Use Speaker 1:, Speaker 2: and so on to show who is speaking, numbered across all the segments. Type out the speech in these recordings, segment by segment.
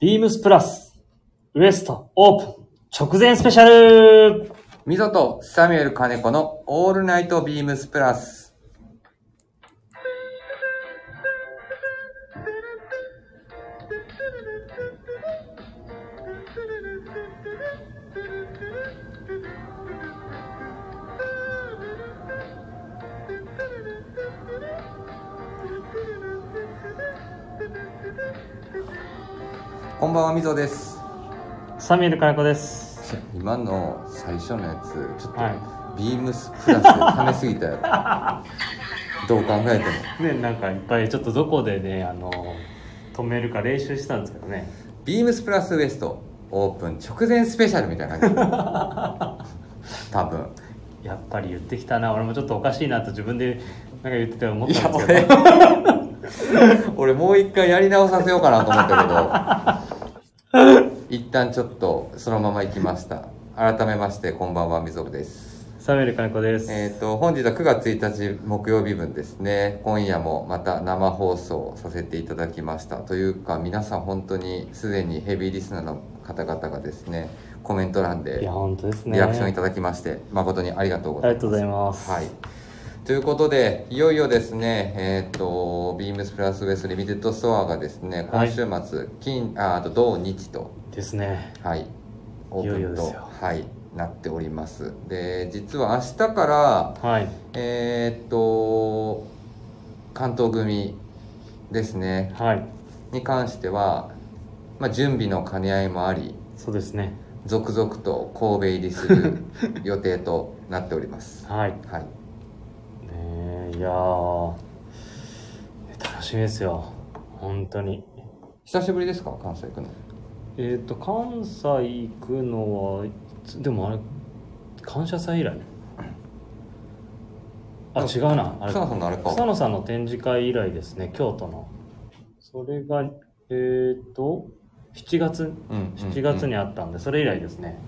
Speaker 1: ビームスプラス、ウエスト、オープン、直前スペシャル
Speaker 2: みぞとサミュエル金子のオールナイトビームスプラス。こんばんはみぞです。
Speaker 1: サミュエル金子です。
Speaker 2: 今の最初のやつ、ちょっと、
Speaker 1: は
Speaker 2: ビームスプラスで跳ねすぎた よ。どう考えても。
Speaker 1: い。ね、なんかいっぱいちょっとどこでね、あの、止めるか練習してたんですけどね。
Speaker 2: ビームスプラスウエストオープン直前スペシャルみたいな感じ。多分。
Speaker 1: やっぱり言ってきたな、俺もちょっとおかしいなと自分でなんか言ってて思っ
Speaker 2: い
Speaker 1: た
Speaker 2: や
Speaker 1: んですけ
Speaker 2: 俺
Speaker 1: ど。
Speaker 2: 俺もう一回やり直させようかなと思った けど一旦ちょっとそのまま行きました改めましてこんばんはみぞるです
Speaker 1: サミュエル金子です。
Speaker 2: えっ、と本日は9月1日木曜日分ですね今夜もまた生放送させていただきましたというか皆さん本当にすでにヘビーリスナーの方々がですねコメント欄
Speaker 1: いや、
Speaker 2: で
Speaker 1: 本当ですね。
Speaker 2: リアクションいただきまして、誠にありがとうござ
Speaker 1: あ
Speaker 2: います
Speaker 1: りがとうございます。
Speaker 2: はい。ということで、いよいよですね、えっ、と、ビームスプラスウエストリミテッドストアがですね、
Speaker 1: は
Speaker 2: 今
Speaker 1: い
Speaker 2: 週末、金、あ、あと土日と、
Speaker 1: ですね。
Speaker 2: はい、オープンと、
Speaker 1: いよいよですよ
Speaker 2: はい、なっております。で、実は明日から、
Speaker 1: はい。
Speaker 2: えっ、と、関東組ですね、
Speaker 1: はい。
Speaker 2: に関しては、まあ、準備の兼ね合いもあり、
Speaker 1: そうですね。
Speaker 2: 続々と神戸入りする 予定となっております。
Speaker 1: はい。
Speaker 2: はい。
Speaker 1: ねえいやー楽しみですよ本当に
Speaker 2: 久しぶりですか関西行くの
Speaker 1: えっ、と関西行くのはいつでもあれ感謝祭以来あ
Speaker 2: うん
Speaker 1: 違うなあれ
Speaker 2: 草野さんのあれ
Speaker 1: 草
Speaker 2: か
Speaker 1: 野さんの展示会以来ですね京都のそれがえっ、と7月7月に
Speaker 2: な
Speaker 1: あ
Speaker 2: る
Speaker 1: ったんで、それ以来ですね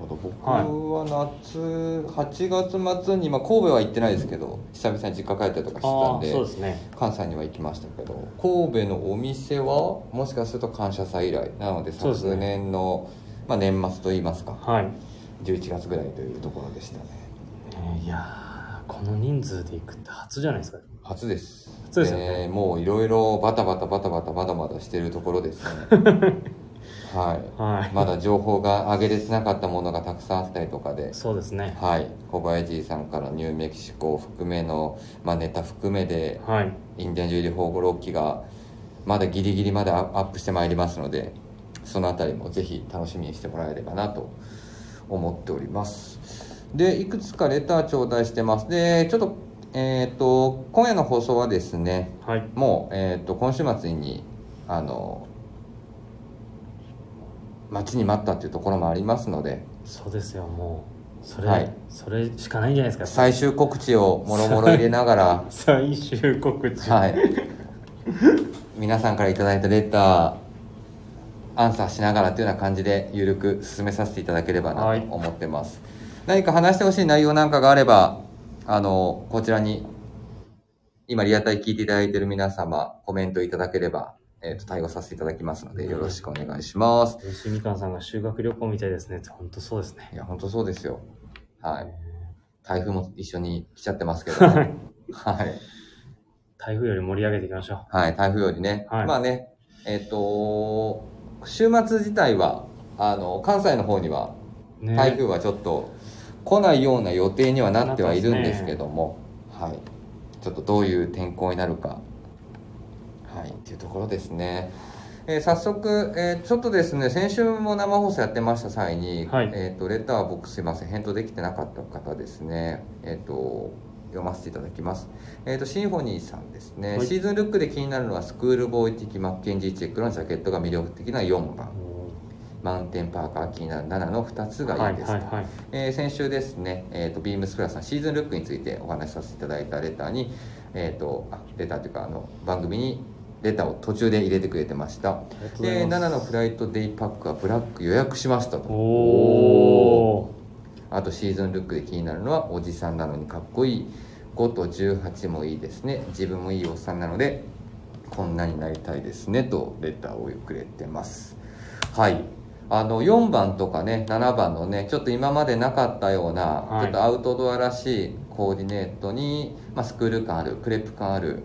Speaker 2: ほど僕
Speaker 1: はい
Speaker 2: は夏、8月末に、まあ、神戸は行ってないですけど久々に実家帰ったりとかしてた
Speaker 1: あ
Speaker 2: ん
Speaker 1: あーそう
Speaker 2: で
Speaker 1: ですね
Speaker 2: 関西には行きましたけど神戸のお店はもしかすると感謝祭以来なので
Speaker 1: そうですね
Speaker 2: 昨年の、まあ、年末といいますか
Speaker 1: はい
Speaker 2: 11月ぐらいというところでしたね
Speaker 1: ねいやーこの人数で行くって初じゃないですか
Speaker 2: 初です
Speaker 1: 初ですよね
Speaker 2: えーもういろいろバタバタバタバタバタバタしてるとこ ろですねはい
Speaker 1: はい
Speaker 2: まだ情報が上げれてなかったものがたくさんあったりとかで、
Speaker 1: そうですね
Speaker 2: はい、小林さんからニューメキシコを含めの、まあ、ネタ含めで、
Speaker 1: はい
Speaker 2: インディアンジュリー・ホーゴロッキが、まだギリギリまでアアップしてまいりますので、そのあたりもぜひ楽しみにしてもらえればなと思っております。で、いくつかレター頂戴してます。で、ちょっと、えっ、と、今夜の放送はですね、
Speaker 1: はい
Speaker 2: もう、えー、と今週末にあの待ちに待ったっていうところもありますので
Speaker 1: そうですよもうそれ、
Speaker 2: はい
Speaker 1: それしかないんじゃないですか
Speaker 2: 最終告知をもろもろ入れながら
Speaker 1: 最終告知
Speaker 2: はい皆さんからいただいたレターアンサーしながらというような感じでゆるく進めさせていただければ
Speaker 1: は
Speaker 2: ないと思ってます、何か話してほしい内容なんかがあればあのこちらに今リアタイ聞いていただいている皆様コメントいただければ、えー、と対応させていただきますのでよろしくお願いします
Speaker 1: 西みかんさんが修学旅行みたいですね本当そうですね
Speaker 2: いや本当そうですよはい台風も一緒に来ちゃってますけど、ね、はい
Speaker 1: 台風より盛り上げていきましょ
Speaker 2: はい、台風よりね。
Speaker 1: はい
Speaker 2: まあね、えっ、と週末自体は、あの、関西の方には、
Speaker 1: うね
Speaker 2: 台風はちょっと来ないような予定にはなってはいるんですけども、はい。ちょっとどういう天候になるか、はい、っていうところですね。えー早速、えーちょっとですね、先週も生放送やってました際に、
Speaker 1: はい
Speaker 2: えっ、と、レター僕すいません、返答できてなかった方ですね、えっ、と、読ませていただきます。えっ、と、シンフォニーさんですね、
Speaker 1: はい
Speaker 2: シーズンルックで気になるのはスクールボーイ的マッケンジーチェックのジャケットが魅力的な4番、マウンテンパーカー気になる7の2つ
Speaker 1: うん
Speaker 2: が
Speaker 1: はいい
Speaker 2: い
Speaker 1: は
Speaker 2: で
Speaker 1: い
Speaker 2: すと。
Speaker 1: はい
Speaker 2: えー先週ですね、えー、とビームスプラスのシーズンルックについてお話しさせていただいたレターに、えー、とあレターというかあの番組にレターを途中で入れてくれてました
Speaker 1: ありがとうござ
Speaker 2: で
Speaker 1: います
Speaker 2: 7のフライトデイパックはブラック予約しましたと
Speaker 1: お
Speaker 2: おー
Speaker 1: お
Speaker 2: あとシーズンルックで気になるのはおじさんなのにかっこいい5と18もいいですね自分もいいおっさんなのでこんなになりたいですねとレターをくれてますはい。あの4番とかね7番のねちょっと今までなかったような、
Speaker 1: はい
Speaker 2: ちょっとアウトドアらしいコーディネートに、まあ、スクール感あるクレープ感ある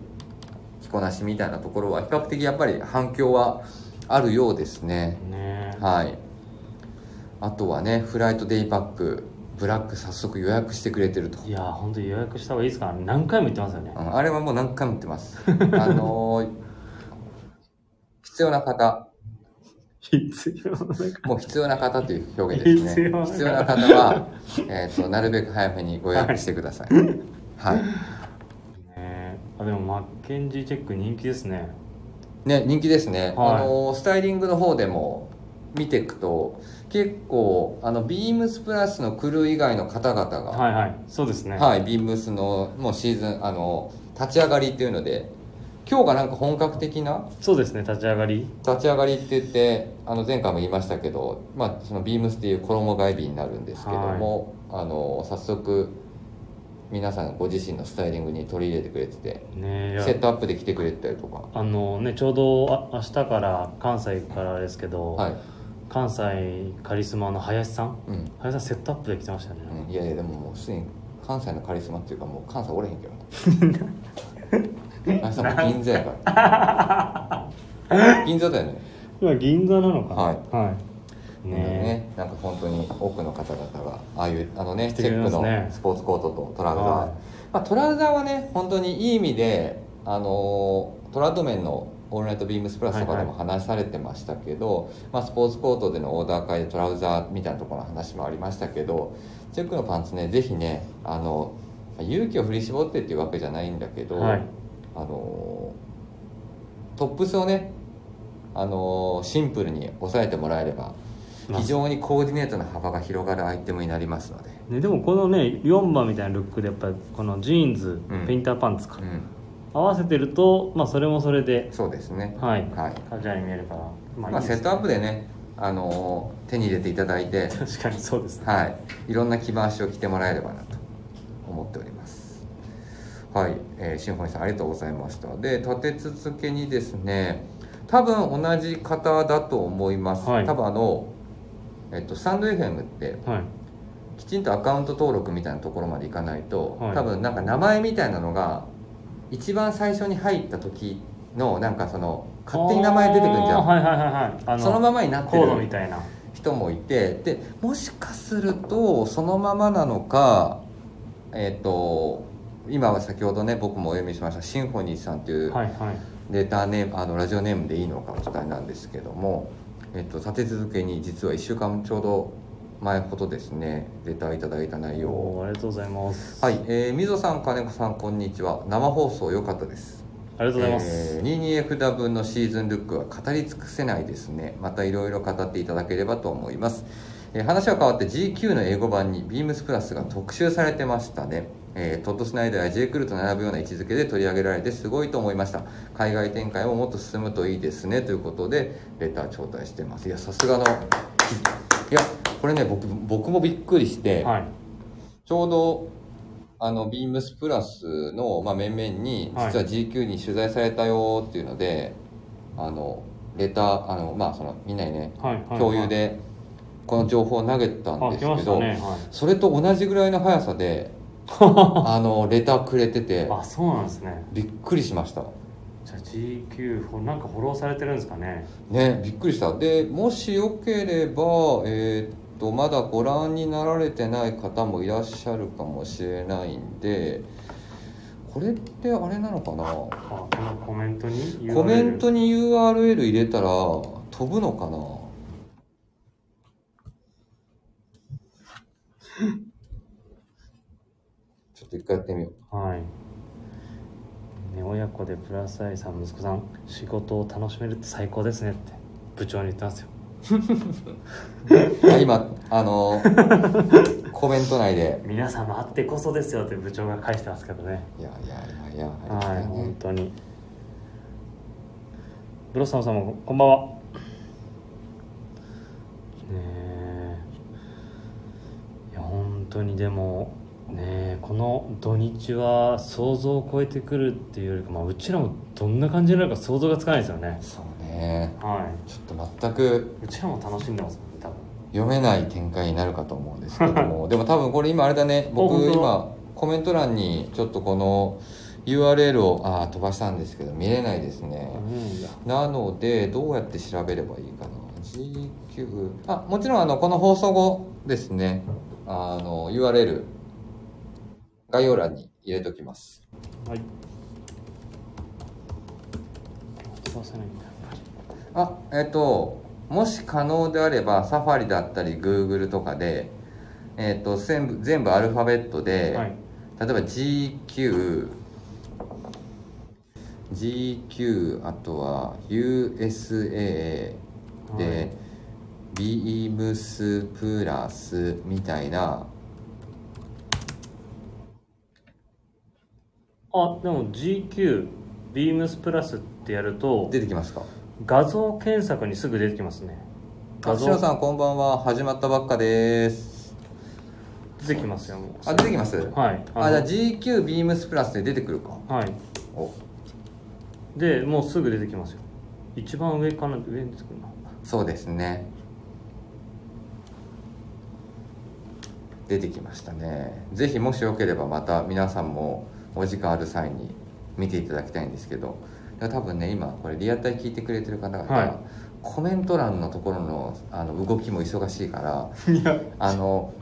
Speaker 2: 着こなしみたいなところは比較的やっぱり反響はあるようですね
Speaker 1: ね
Speaker 2: はいあとはねフライトデイパックブラック早速予約してくれてると
Speaker 1: いやー本当に予約した方がいいですから何回も言ってますよね
Speaker 2: うんあれはもう何回も言ってます。 あのー必要な方、
Speaker 1: 必要な方
Speaker 2: もう必要な方という表現ですね。
Speaker 1: 必
Speaker 2: 必
Speaker 1: 要な
Speaker 2: 要
Speaker 1: 方
Speaker 2: な方は、えっ、と、なるべく早めにご予約してく ださい。はい。
Speaker 1: ねあでもマッケンジーチェック人気ですね
Speaker 2: ね、人気ですね。
Speaker 1: はい
Speaker 2: あのースタイリングの方でも見ていくと、結構、あの、ビームスプラスのクルー以外の方々が、
Speaker 1: はいはいそうですね
Speaker 2: はい、ビームスのもうシーズン、あの、立ち上がりっていうので、今日がなんか本格的な
Speaker 1: そうですね立ち上がり
Speaker 2: 立ち上がりって言ってあの前回も言いましたけど、まあ、そのビームスっていう衣替え日になるんですけども、あの早速皆さんご自身のスタイリングに取り入れてくれてて
Speaker 1: ねいや
Speaker 2: セットアップで来てくれてたりとか、
Speaker 1: あのねちょうどあ明日から関西からですけど、
Speaker 2: はい
Speaker 1: 関西カリスマの林さん
Speaker 2: うん
Speaker 1: 林さんセットアップで来てましたね、
Speaker 2: うん、いやいやでももうすでに関西のカリスマっていうかもう関西おれへんけどなあいつはもう銀座やから銀座だよね
Speaker 1: 今銀座なのかな
Speaker 2: はい
Speaker 1: はい
Speaker 2: ね
Speaker 1: ね
Speaker 2: なんか本当に多くの方々がああいうあのね
Speaker 1: 来て
Speaker 2: チ
Speaker 1: くれま
Speaker 2: ェック
Speaker 1: すね
Speaker 2: のスポーツコートとトラウザー、
Speaker 1: はい
Speaker 2: まあ、トラウザーはね本当にいい意味で、あのートラッド面の「オールナイトビームスプラス」とかでも話されてましたけど、まあ、スポーツコートでのオーダー会でトラウザーみたいなところの話もありましたけどチェックのパンツねぜひねあの勇気を振り絞ってっていうわけじゃないんだけど、
Speaker 1: はい
Speaker 2: あのートップスをね、あのーシンプルに抑えてもらえれば
Speaker 1: まあ
Speaker 2: 非常にコーディネートの幅が広がるアイテムになりますので、
Speaker 1: ね、でもこのね4番みたいなルックでやっぱりこのジーンズ、
Speaker 2: うん
Speaker 1: ペインターパンツか、
Speaker 2: うん、
Speaker 1: 合わせてるとまあそれもそれで
Speaker 2: そうですね
Speaker 1: はい
Speaker 2: はい
Speaker 1: カジュアルに見えるからま
Speaker 2: まあ、
Speaker 1: いい
Speaker 2: セ
Speaker 1: で
Speaker 2: ッ
Speaker 1: す
Speaker 2: トアップでね、あのー手に入れていただいて、
Speaker 1: 確かにそうですね
Speaker 2: はい、いろんな着回しを着てもらえればなと思っております。はい、えー、シンフォニーさんありがとうございました。で、立て続けにですね、多分同じ方だと思います。
Speaker 1: はい
Speaker 2: 多分あの、えっと、スタンド FM って、
Speaker 1: はい
Speaker 2: きちんとアカウント登録みたいなところまでいかないと、
Speaker 1: はい
Speaker 2: 多分なんか名前みたいなのが、一番最初に入った時の、なんかその、勝手に名前出てくるんじゃ
Speaker 1: あー
Speaker 2: ん。
Speaker 1: はいはいはいはいあ
Speaker 2: そのままになって
Speaker 1: コ
Speaker 2: る
Speaker 1: ードみたいな
Speaker 2: 人もいてでもしかするとそのままなのかえっ、と今は先ほどね僕もお読みしましたシンフォニーさんという
Speaker 1: はいはい
Speaker 2: レターネーム、あのラジオネームでいいのかお伝えなんですけども、えっと、立て続けに実は1週間ちょうど前ほどですねレターいただいた内容を
Speaker 1: おーありがとうございます
Speaker 2: はい、えー、みぞさん金子さんこんにちは生放送良かったです
Speaker 1: ありがとうございます、
Speaker 2: えー 22FW のシーズンルックは語り尽くせないですねまたいろいろ語っていただければと思います、えー話は変わって GQ の英語版にビームスプラスが特集されてましたね、えートッド・スナイダーや J. クルと並ぶような位置づけで取り上げられてすごいと思いました海外展開ももっと進むといいですねということでレター頂戴してますいやさすがのいやこれね僕僕もびっくりして、
Speaker 1: はい
Speaker 2: ちょうど、あの、ビームスプラスの、まあ、面々に、
Speaker 1: はい
Speaker 2: 実は GQ に取材されたよっていうので、あの、レター、あの、まあ、その、みんなにね、
Speaker 1: はいはいはい
Speaker 2: 共有で、この情報を投げたん
Speaker 1: あ
Speaker 2: です
Speaker 1: 来ま
Speaker 2: け
Speaker 1: した
Speaker 2: ど、
Speaker 1: ねはい
Speaker 2: それと同じぐらいの速さ で、あの、レターくれてて、
Speaker 1: あそうなんですね
Speaker 2: びっくりしました。
Speaker 1: じゃあ GQ ほなんかフォローされてるんですかね
Speaker 2: ね、びっくりした。で、もしよければ、えーっと、まだご覧になられてない方もいらっしゃるかもしれないんで、これってあれなのかな
Speaker 1: あこのコメントに URL
Speaker 2: コメントに URL 入れたら飛ぶのかな ちょっと一回やってみよう。
Speaker 1: はい、ね、親子でプラス愛さん息子さん仕事を楽しめるって最高ですねって部長に言ってますよ
Speaker 2: あ今、あの、コメント内で。
Speaker 1: 皆様あってこそですよって部長が返してますけどね
Speaker 2: いやいやいやいや、
Speaker 1: はい、
Speaker 2: ありがたいね
Speaker 1: 本当にブロッサムさんもこんばんはねえいや本当にでもねえこの土日は想像を超えてくるっていうよりか、まあ、うちらもどんな感じになるか想像がつかないですよね
Speaker 2: そうね
Speaker 1: は
Speaker 2: ちょっと全く
Speaker 1: い。うちらも楽しんでますもんね、多分。
Speaker 2: 読めない展開になるかと思うんですけど もでも多分これ今あれだね僕
Speaker 1: 本当だ
Speaker 2: 今コメント欄にちょっとこの URL をあー飛ばしたんですけど見れないですね
Speaker 1: うん、
Speaker 2: なのでどうやって調べればいいかな GQ あもちろんあのこの放送後ですねあの URL 概要欄に入れときます
Speaker 1: はい。そうせないんだ、やっぱり。
Speaker 2: あえっともし可能であればサファリだったり Google とかで、えっと全部全部アルファベットで、
Speaker 1: はい。
Speaker 2: 例えば GQ GQ あとは USA で、
Speaker 1: はい
Speaker 2: ビームスプラスみたいな
Speaker 1: あ、でも GQ、ビームスプラスってやると、
Speaker 2: 出てきますか
Speaker 1: 画像検索にすぐ出てきますね。画
Speaker 2: あ
Speaker 1: 像
Speaker 2: しのさんこんばんは始まったばっかです
Speaker 1: 出てきますよ、もう。
Speaker 2: あ出てきます
Speaker 1: はい。
Speaker 2: あじゃあ
Speaker 1: の
Speaker 2: GQ ビームスプラスで出てくるか
Speaker 1: はい。
Speaker 2: お
Speaker 1: で、もうすぐ出てきますよ。一番上かな、上につく な。
Speaker 2: そうですね出てきましたねぜひもしよければまた皆さんもお時間ある際に見ていただきたいんですけど多分ね今これリアタイ聞いてくれてる方々、
Speaker 1: はい
Speaker 2: コメント欄のところのあの動きも忙しいから
Speaker 1: いや、
Speaker 2: あの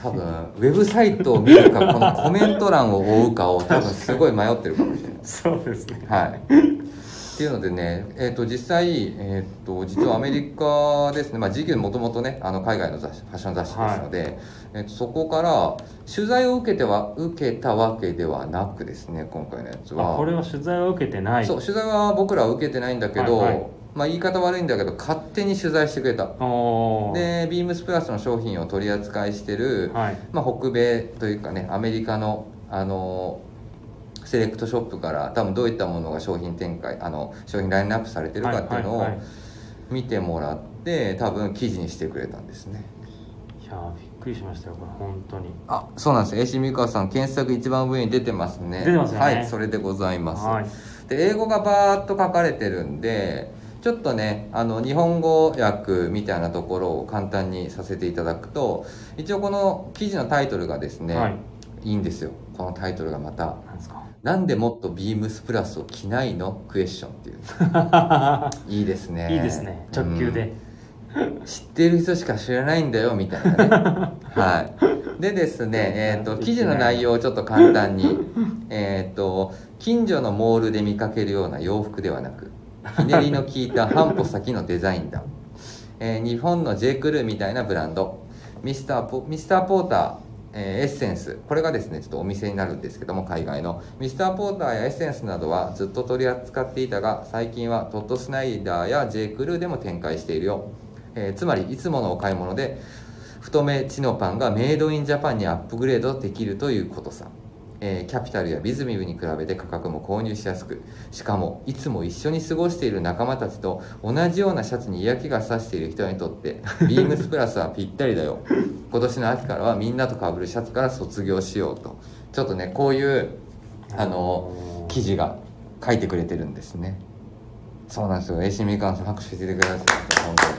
Speaker 2: 多分ウェブサイトを見るかこのコメント欄を追うかを多分すごい迷ってるかもしれない
Speaker 1: そうですね。
Speaker 2: はい。っていうのでね、えー、と実際、えー、と実はアメリカですね、まあ、GQ もともとねあの海外の雑誌ファッション雑誌ですので、えー、とそこから取材を受けては受けたわけではなくですね今回のやつは
Speaker 1: あ、これは取材を受けてない。
Speaker 2: そう取材は僕らは受けてないんだけど、
Speaker 1: はいはい
Speaker 2: まあ、言い方悪いんだけど勝手に取材してくれた
Speaker 1: おー
Speaker 2: でビームスプラスの商品を取り扱いしてる、
Speaker 1: はい。
Speaker 2: まあ、北米というかねアメリカの、あのセレクトショップから多分どういったものが商品展開あの商品ラインナップされてるかっていうの
Speaker 1: は
Speaker 2: を
Speaker 1: いはいは
Speaker 2: 見てもらって多分記事にしてくれたんですね
Speaker 1: い、いやーびっくりしましたよこれ本当に
Speaker 2: あそうなんです AC 三河さん検索一番上に出てますね
Speaker 1: 出てますよね
Speaker 2: はいそれでございます、
Speaker 1: はい
Speaker 2: で英語がバーッと書かれてるんでちょっとねあの日本語訳みたいなところを簡単にさせていただくと一応この記事のタイトルがですね、
Speaker 1: はい
Speaker 2: いいんですよこのタイトルがまた
Speaker 1: なんですか
Speaker 2: 「なんでもっとビームスプラスを着ないの?」クエスチョンってい ういいですね
Speaker 1: いいですね直球で、
Speaker 2: うん知ってる人しか知らないんだよみたい なねはいでですねえー、と記事の内容をちょっと簡単にえっと近所のモールで見かけるような洋服ではなくひねりの効いた半歩先のデザインだ、えー日本の J. クルーみたいなブランドミスターポミスターポーター、えーエッセンスこれがですねちょっとお店になるんですけども海外のミスターポーターやエッセンスなどはずっと取り扱っていたが最近はトッドスナイダーや J. クルーでも展開しているよ、えーつまりいつものお買い物で太めチノパンがメイドインジャパンにアップグレードできるということさ、えーキャピタルやビズミブに比べて価格も購入しやすくしかもいつも一緒に過ごしている仲間たちと同じようなシャツに嫌気がさしている人にとってビームスプラスはぴったりだよ今年の秋からはみんなと被るシャツから卒業しようとちょっとねこういうあの記事が書いてくれてるんですねそうなんですよ AC みかんさん拍手しててください本当に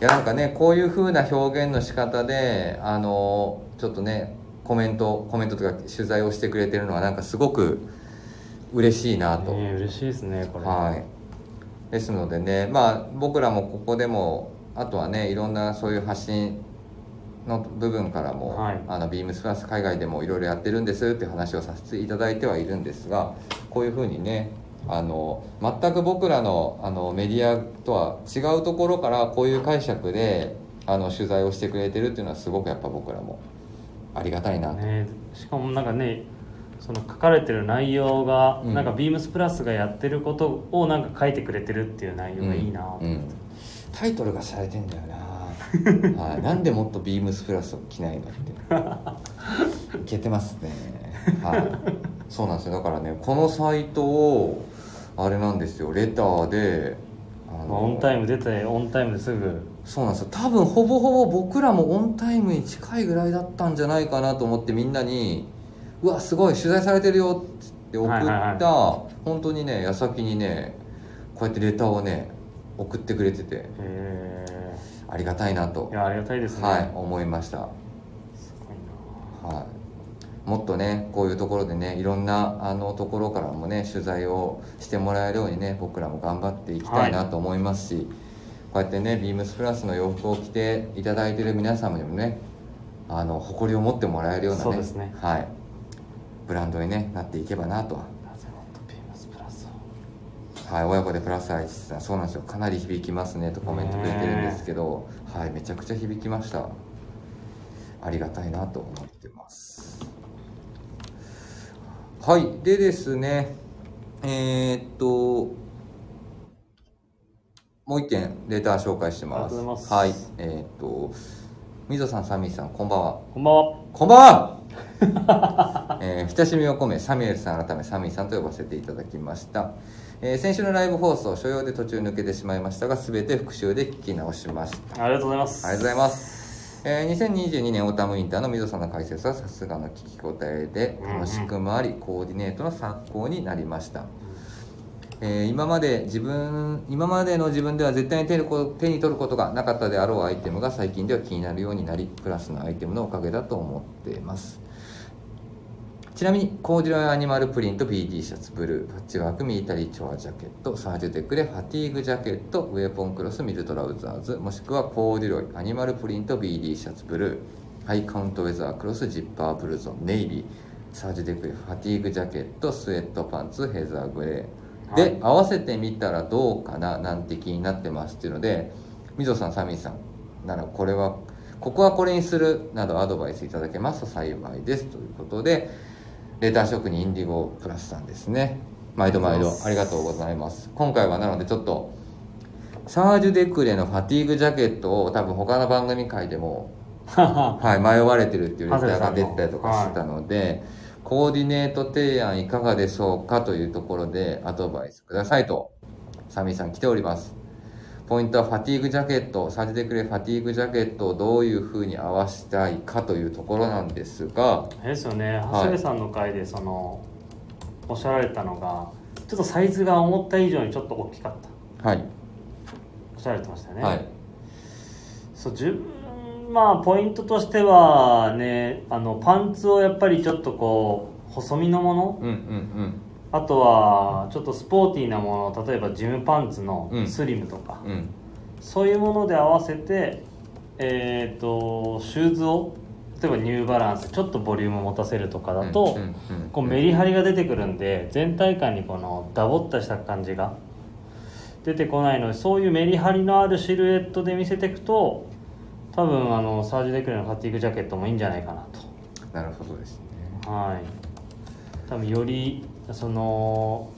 Speaker 2: いやなんかねこういう風な表現の仕方であのちょっとねコメントコメントというか取材をしてくれてるのはなんかすごく嬉しいなと、
Speaker 1: ねえ嬉しいですねこれ
Speaker 2: はい、ですのでね、まあ、僕らもここでもあとはねいろんなそういう発信の部分からも、
Speaker 1: はい
Speaker 2: あのビームスプラス海外でもいろいろやってるんですっていう話をさせていただいてはいるんですがこういうふうにねあの全く僕らのあのメディアとは違うところからこういう解釈であの取材をしてくれてるっていうのはすごくやっぱ僕らもありがたいなと、
Speaker 1: ねえしかもなんかねその書かれてる内容が、
Speaker 2: うん
Speaker 1: なんかビームスプラスがやってることをなんか書いてくれてるっていう内容がいいな、
Speaker 2: うんうんタイトルがされてんだよなはいなんでもっとビームスプラスを着ないのっていけてますねはいそうなんですよだからねこのサイトをあれなんですよレターであ
Speaker 1: まあオンタイム出てオンタイムですぐ
Speaker 2: そうなんですよ多分ほぼほぼ僕らもオンタイムに近いぐらいだったんじゃないかなと思ってみんなに「うわすごい取材されてるよ」っつって送っ
Speaker 1: は
Speaker 2: た、
Speaker 1: いはい
Speaker 2: 本当にね矢先にねこうやってレターをね送ってくれてて
Speaker 1: え
Speaker 2: ありがたいなと
Speaker 1: ー、いやありがたいですね、
Speaker 2: はい、思いました、
Speaker 1: すごいな
Speaker 2: はい、もっとねこういうところでねいろんなあのところからもね取材をしてもらえるようにね僕らも頑張っていきたいなと思いますし、こうやってねビームスプラスの洋服を着ていただいてる皆様にもねあの誇りを持ってもらえるような
Speaker 1: そう
Speaker 2: ね
Speaker 1: ですね
Speaker 2: はい、ブランドに、ね、なっていけばなとは
Speaker 1: なぜもっとビームスプラスを
Speaker 2: はい、親子でプラスアイスさん、そうなんですよ、かなり響きますねとコメントくれてるんですけど、はい、めちゃくちゃ響きました。ありがたいなと思ってます。はい、でですね、えーっと、もう一件、レター紹介してます。
Speaker 1: ありがとうございます
Speaker 2: はい、えーっと、みぞさん、サミーさん、こんばんは。
Speaker 1: こんばんは
Speaker 2: こんばんは えー親しみを込めサミュエルさん改めサミーさんと呼ばせていただきました、えー先週のライブ放送所要で途中抜けてしまいましたが全て復習で聞き直しました
Speaker 1: ありがとうございます
Speaker 2: ありがとうございます、えー2022年オータムインターの溝さんの解説はさすがの聞き応えで楽しくもありコーディネートの参考になりました、えー今まで自分今までの自分では絶対に手にこ手に取ることがなかったであろうアイテムが最近では気になるようになりプラスのアイテムのおかげだと思っていますちなみにコーデュロイアニマルプリント BD シャツブルーパッチワークミリタリーチョアジャケットサージュテックでファティーグジャケットウェポンクロスミルトラウザーズもしくはコーデュロイアニマルプリント BD シャツブルーハイカウントウェザークロスジッパーブルゾンネイビーサージュテックでファティーグジャケットスウェットパンツヘザーグレーで、
Speaker 1: はい
Speaker 2: 合わせてみたらどうかななんて気になってますっていうのでみぞさんサミーさんならこれはここはこれにするなどアドバイスいただけますと幸いですということでレーター職人インディゴプラスさんですね毎度毎度ありがとうございます今回はなのでちょっとサージュ・デクレのファティーグジャケットを多分他の番組回でも、
Speaker 1: は
Speaker 2: はい、迷われてるっていうレ
Speaker 1: 長
Speaker 2: タ
Speaker 1: 谷
Speaker 2: ー
Speaker 1: 部さ
Speaker 2: が
Speaker 1: んの
Speaker 2: 出てたりとかしてたので、コーディネート提案いかがでしょうかというところでアドバイスくださいとサミーさん来ておりますポイントはファティーグジャケットサージュ・デクレファティーグジャケットをどういう風に合わせたいかというところなんですが
Speaker 1: あれですよね
Speaker 2: い
Speaker 1: 橋部さんの回でそのおっしゃられたのがちょっとサイズが思った以上にちょっと大きかった
Speaker 2: はい、
Speaker 1: おっしゃられてましたよね、
Speaker 2: はい
Speaker 1: そう自分まあポイントとしてはねあのパンツをやっぱりちょっとこう細身のもの
Speaker 2: うんうん
Speaker 1: あとはちょっとスポーティーなもの例えばジムパンツの
Speaker 2: うん
Speaker 1: スリムとか、
Speaker 2: うんうん
Speaker 1: そういうもので合わせてえっ、とシューズを例えばニューバランスちょっとボリュームを持たせるとかだと、
Speaker 2: うんうんうん
Speaker 1: こうメリハリが出てくるんで全体感にこのダボっとした感じが出てこないのでそういうメリハリのあるシルエットで見せていくと多分あのサージュデクレのファティーグジャケットもいいんじゃないかな
Speaker 2: なるほどですね
Speaker 1: とはい多分よりその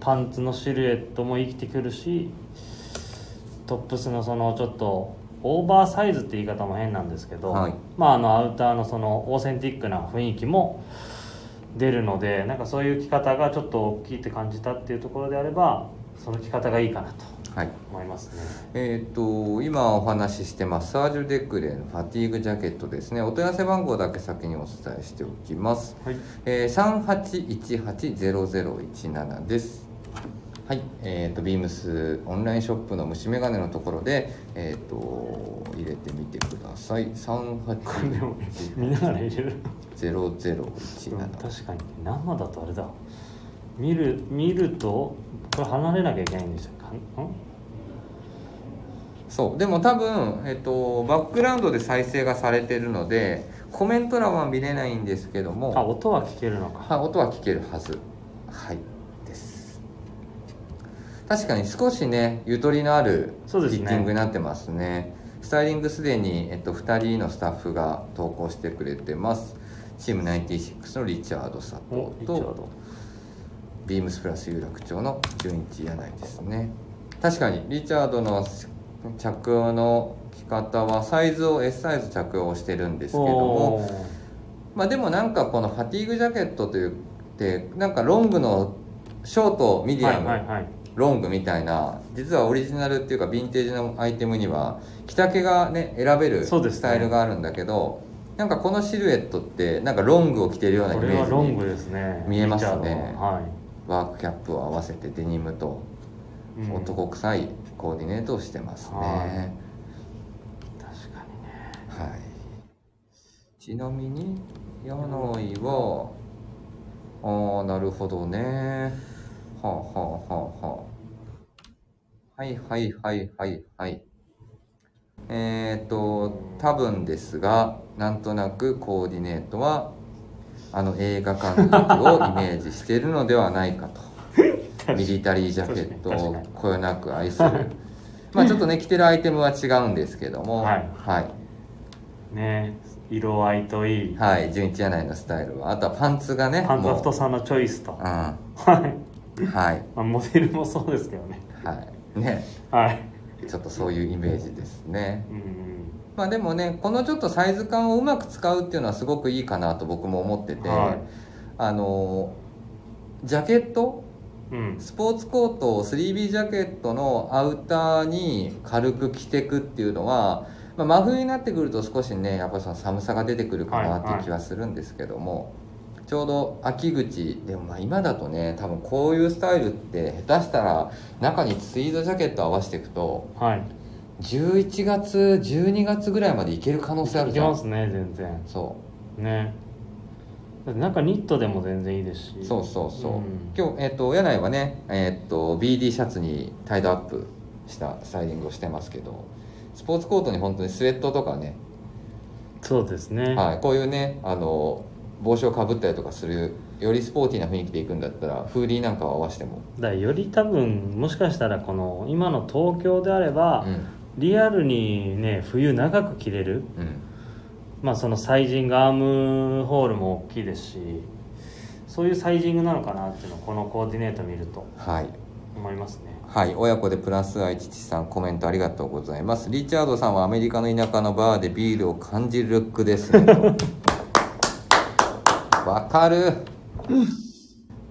Speaker 1: パンツのシルエットも生きてくるしトップスのそのちょっとオーバーサイズって言い方も変なんですけど、
Speaker 2: はい
Speaker 1: まああのアウターのそのオーセンティックな雰囲気も出るのでなんかそういう着方がちょっと大きいって感じたっていうところであればその着方がいいかなと
Speaker 2: はい
Speaker 1: 思いますね
Speaker 2: えっ、と今お話ししてますサージュ・デクレのファティーグジャケットですねお問い合わせ番号だけ先にお伝えしておきます、
Speaker 1: はい
Speaker 2: えー、38180017ですはいえー、とビームスオンラインショップの虫眼鏡のところでえっ、と入れてみてください
Speaker 1: でも見ながら入れる
Speaker 2: 380017
Speaker 1: 確かに生だとあれだ見る見るとこれ離れなきゃいけないんですよかん
Speaker 2: そうでも多分、えっと、バックグラウンドで再生がされてるのでコメント欄は見れないんですけど
Speaker 1: あ
Speaker 2: も
Speaker 1: 音は聞けるのか
Speaker 2: は音は聞けるはずはいです確かに少しねゆとりのあるフ
Speaker 1: そう
Speaker 2: ィ
Speaker 1: ですね
Speaker 2: ッティングになってますねスタイリングすでに、えっと、2人のスタッフが投稿してくれてますチーム96のリチャード佐
Speaker 1: お
Speaker 2: 藤
Speaker 1: リチャー
Speaker 2: と
Speaker 1: ド
Speaker 2: ビームスプラス有楽町の純一柳井ですね確かにリチャードの着用の着方はサイズを S サイズ着用してるんですけども
Speaker 1: おー
Speaker 2: まあでもなんかこのファティーグジャケットというってなんかロングのショートミディアム、
Speaker 1: はいはいはい
Speaker 2: ロングみたいな実はオリジナルっていうかヴィンテージのアイテムには着丈がね選べる
Speaker 1: そうですね
Speaker 2: スタイルがあるんだけど、なんかこのシルエットってなんかロングを着てるようなイ
Speaker 1: こ
Speaker 2: メ
Speaker 1: れはロ
Speaker 2: ージ
Speaker 1: ン
Speaker 2: に
Speaker 1: グですね
Speaker 2: 見えますね
Speaker 1: リチャードはは
Speaker 2: ワークキャップを合わせてデニムと
Speaker 1: い、うん
Speaker 2: 男臭いコーディネートをしてますね、
Speaker 1: はい確かにね
Speaker 2: はい。ちなみに、柳井は、ああ、なるほどね。はあ、はあはあはあ。はいはいはいはいはい。えっ、ー、と、多分ですが、なんとなくコーディネートは、あの映画監督をイメージしているのではないかと。ミリタリージャケット
Speaker 1: 確か
Speaker 2: を
Speaker 1: に
Speaker 2: こよなく愛する。まあちょっとね、着てるアイテムは違うんですけども、
Speaker 1: はい
Speaker 2: はい
Speaker 1: ね色合いといい
Speaker 2: はい、純一柳井のスタイルは。あとはパンツがね。
Speaker 1: パンツは
Speaker 2: もう
Speaker 1: 太さのチョイスと
Speaker 2: うん。は
Speaker 1: はい、
Speaker 2: い。は
Speaker 1: まあ、モデルもそうですけどね
Speaker 2: い。ね。
Speaker 1: はい
Speaker 2: ちょっとそういうイメージですね。
Speaker 1: うん
Speaker 2: まあでもね、このちょっとサイズ感をうまく使うっていうのはすごくいいかなと僕も思ってて、
Speaker 1: は
Speaker 2: あのー、ジャケット
Speaker 1: うん
Speaker 2: スポーツコート 3B ジャケットのアウターに軽く着てくっていうのは、まあ、真冬になってくると少しねやっぱその寒さが出てくるかなっていう気はするんですけども、ちょうど秋口でもまあ今だとね多分こういうスタイルって下手したら中にツイードジャケット合わせていくと
Speaker 1: はい
Speaker 2: 11月12月ぐらいまでいける可能性ある
Speaker 1: い
Speaker 2: じ
Speaker 1: け
Speaker 2: ゃ
Speaker 1: ま
Speaker 2: ん
Speaker 1: すね全然
Speaker 2: そ
Speaker 1: ねだってなんかニットでも全然いいです
Speaker 2: う
Speaker 1: し
Speaker 2: そうそうそう、
Speaker 1: うん
Speaker 2: 今日、えっと柳井はね、えっと BD シャツにタイドアップしたスタイリングをしてますけどスポーツコートに本当にスウェットとかね、
Speaker 1: そうですね
Speaker 2: はい、こういうねあの帽子をかぶったりとかするよりスポーティーな雰囲気でいくんだったらフーディーなんかを合わせても、
Speaker 1: だからより多分もしかしたらこの今の東京であれ
Speaker 2: う
Speaker 1: ば、
Speaker 2: ん
Speaker 1: リアルにね冬長く着れる
Speaker 2: うん、
Speaker 1: まあそのサイジングアームホールも大きいですしそういうサイジングなのかなっていうのをこのコーディネート見ると
Speaker 2: はい
Speaker 1: 思いますね
Speaker 2: はい、親子でプラス愛父さんコメントありがとうございますリチャードさんはアメリカの田舎のバーでビールを感じるルックですねと わかる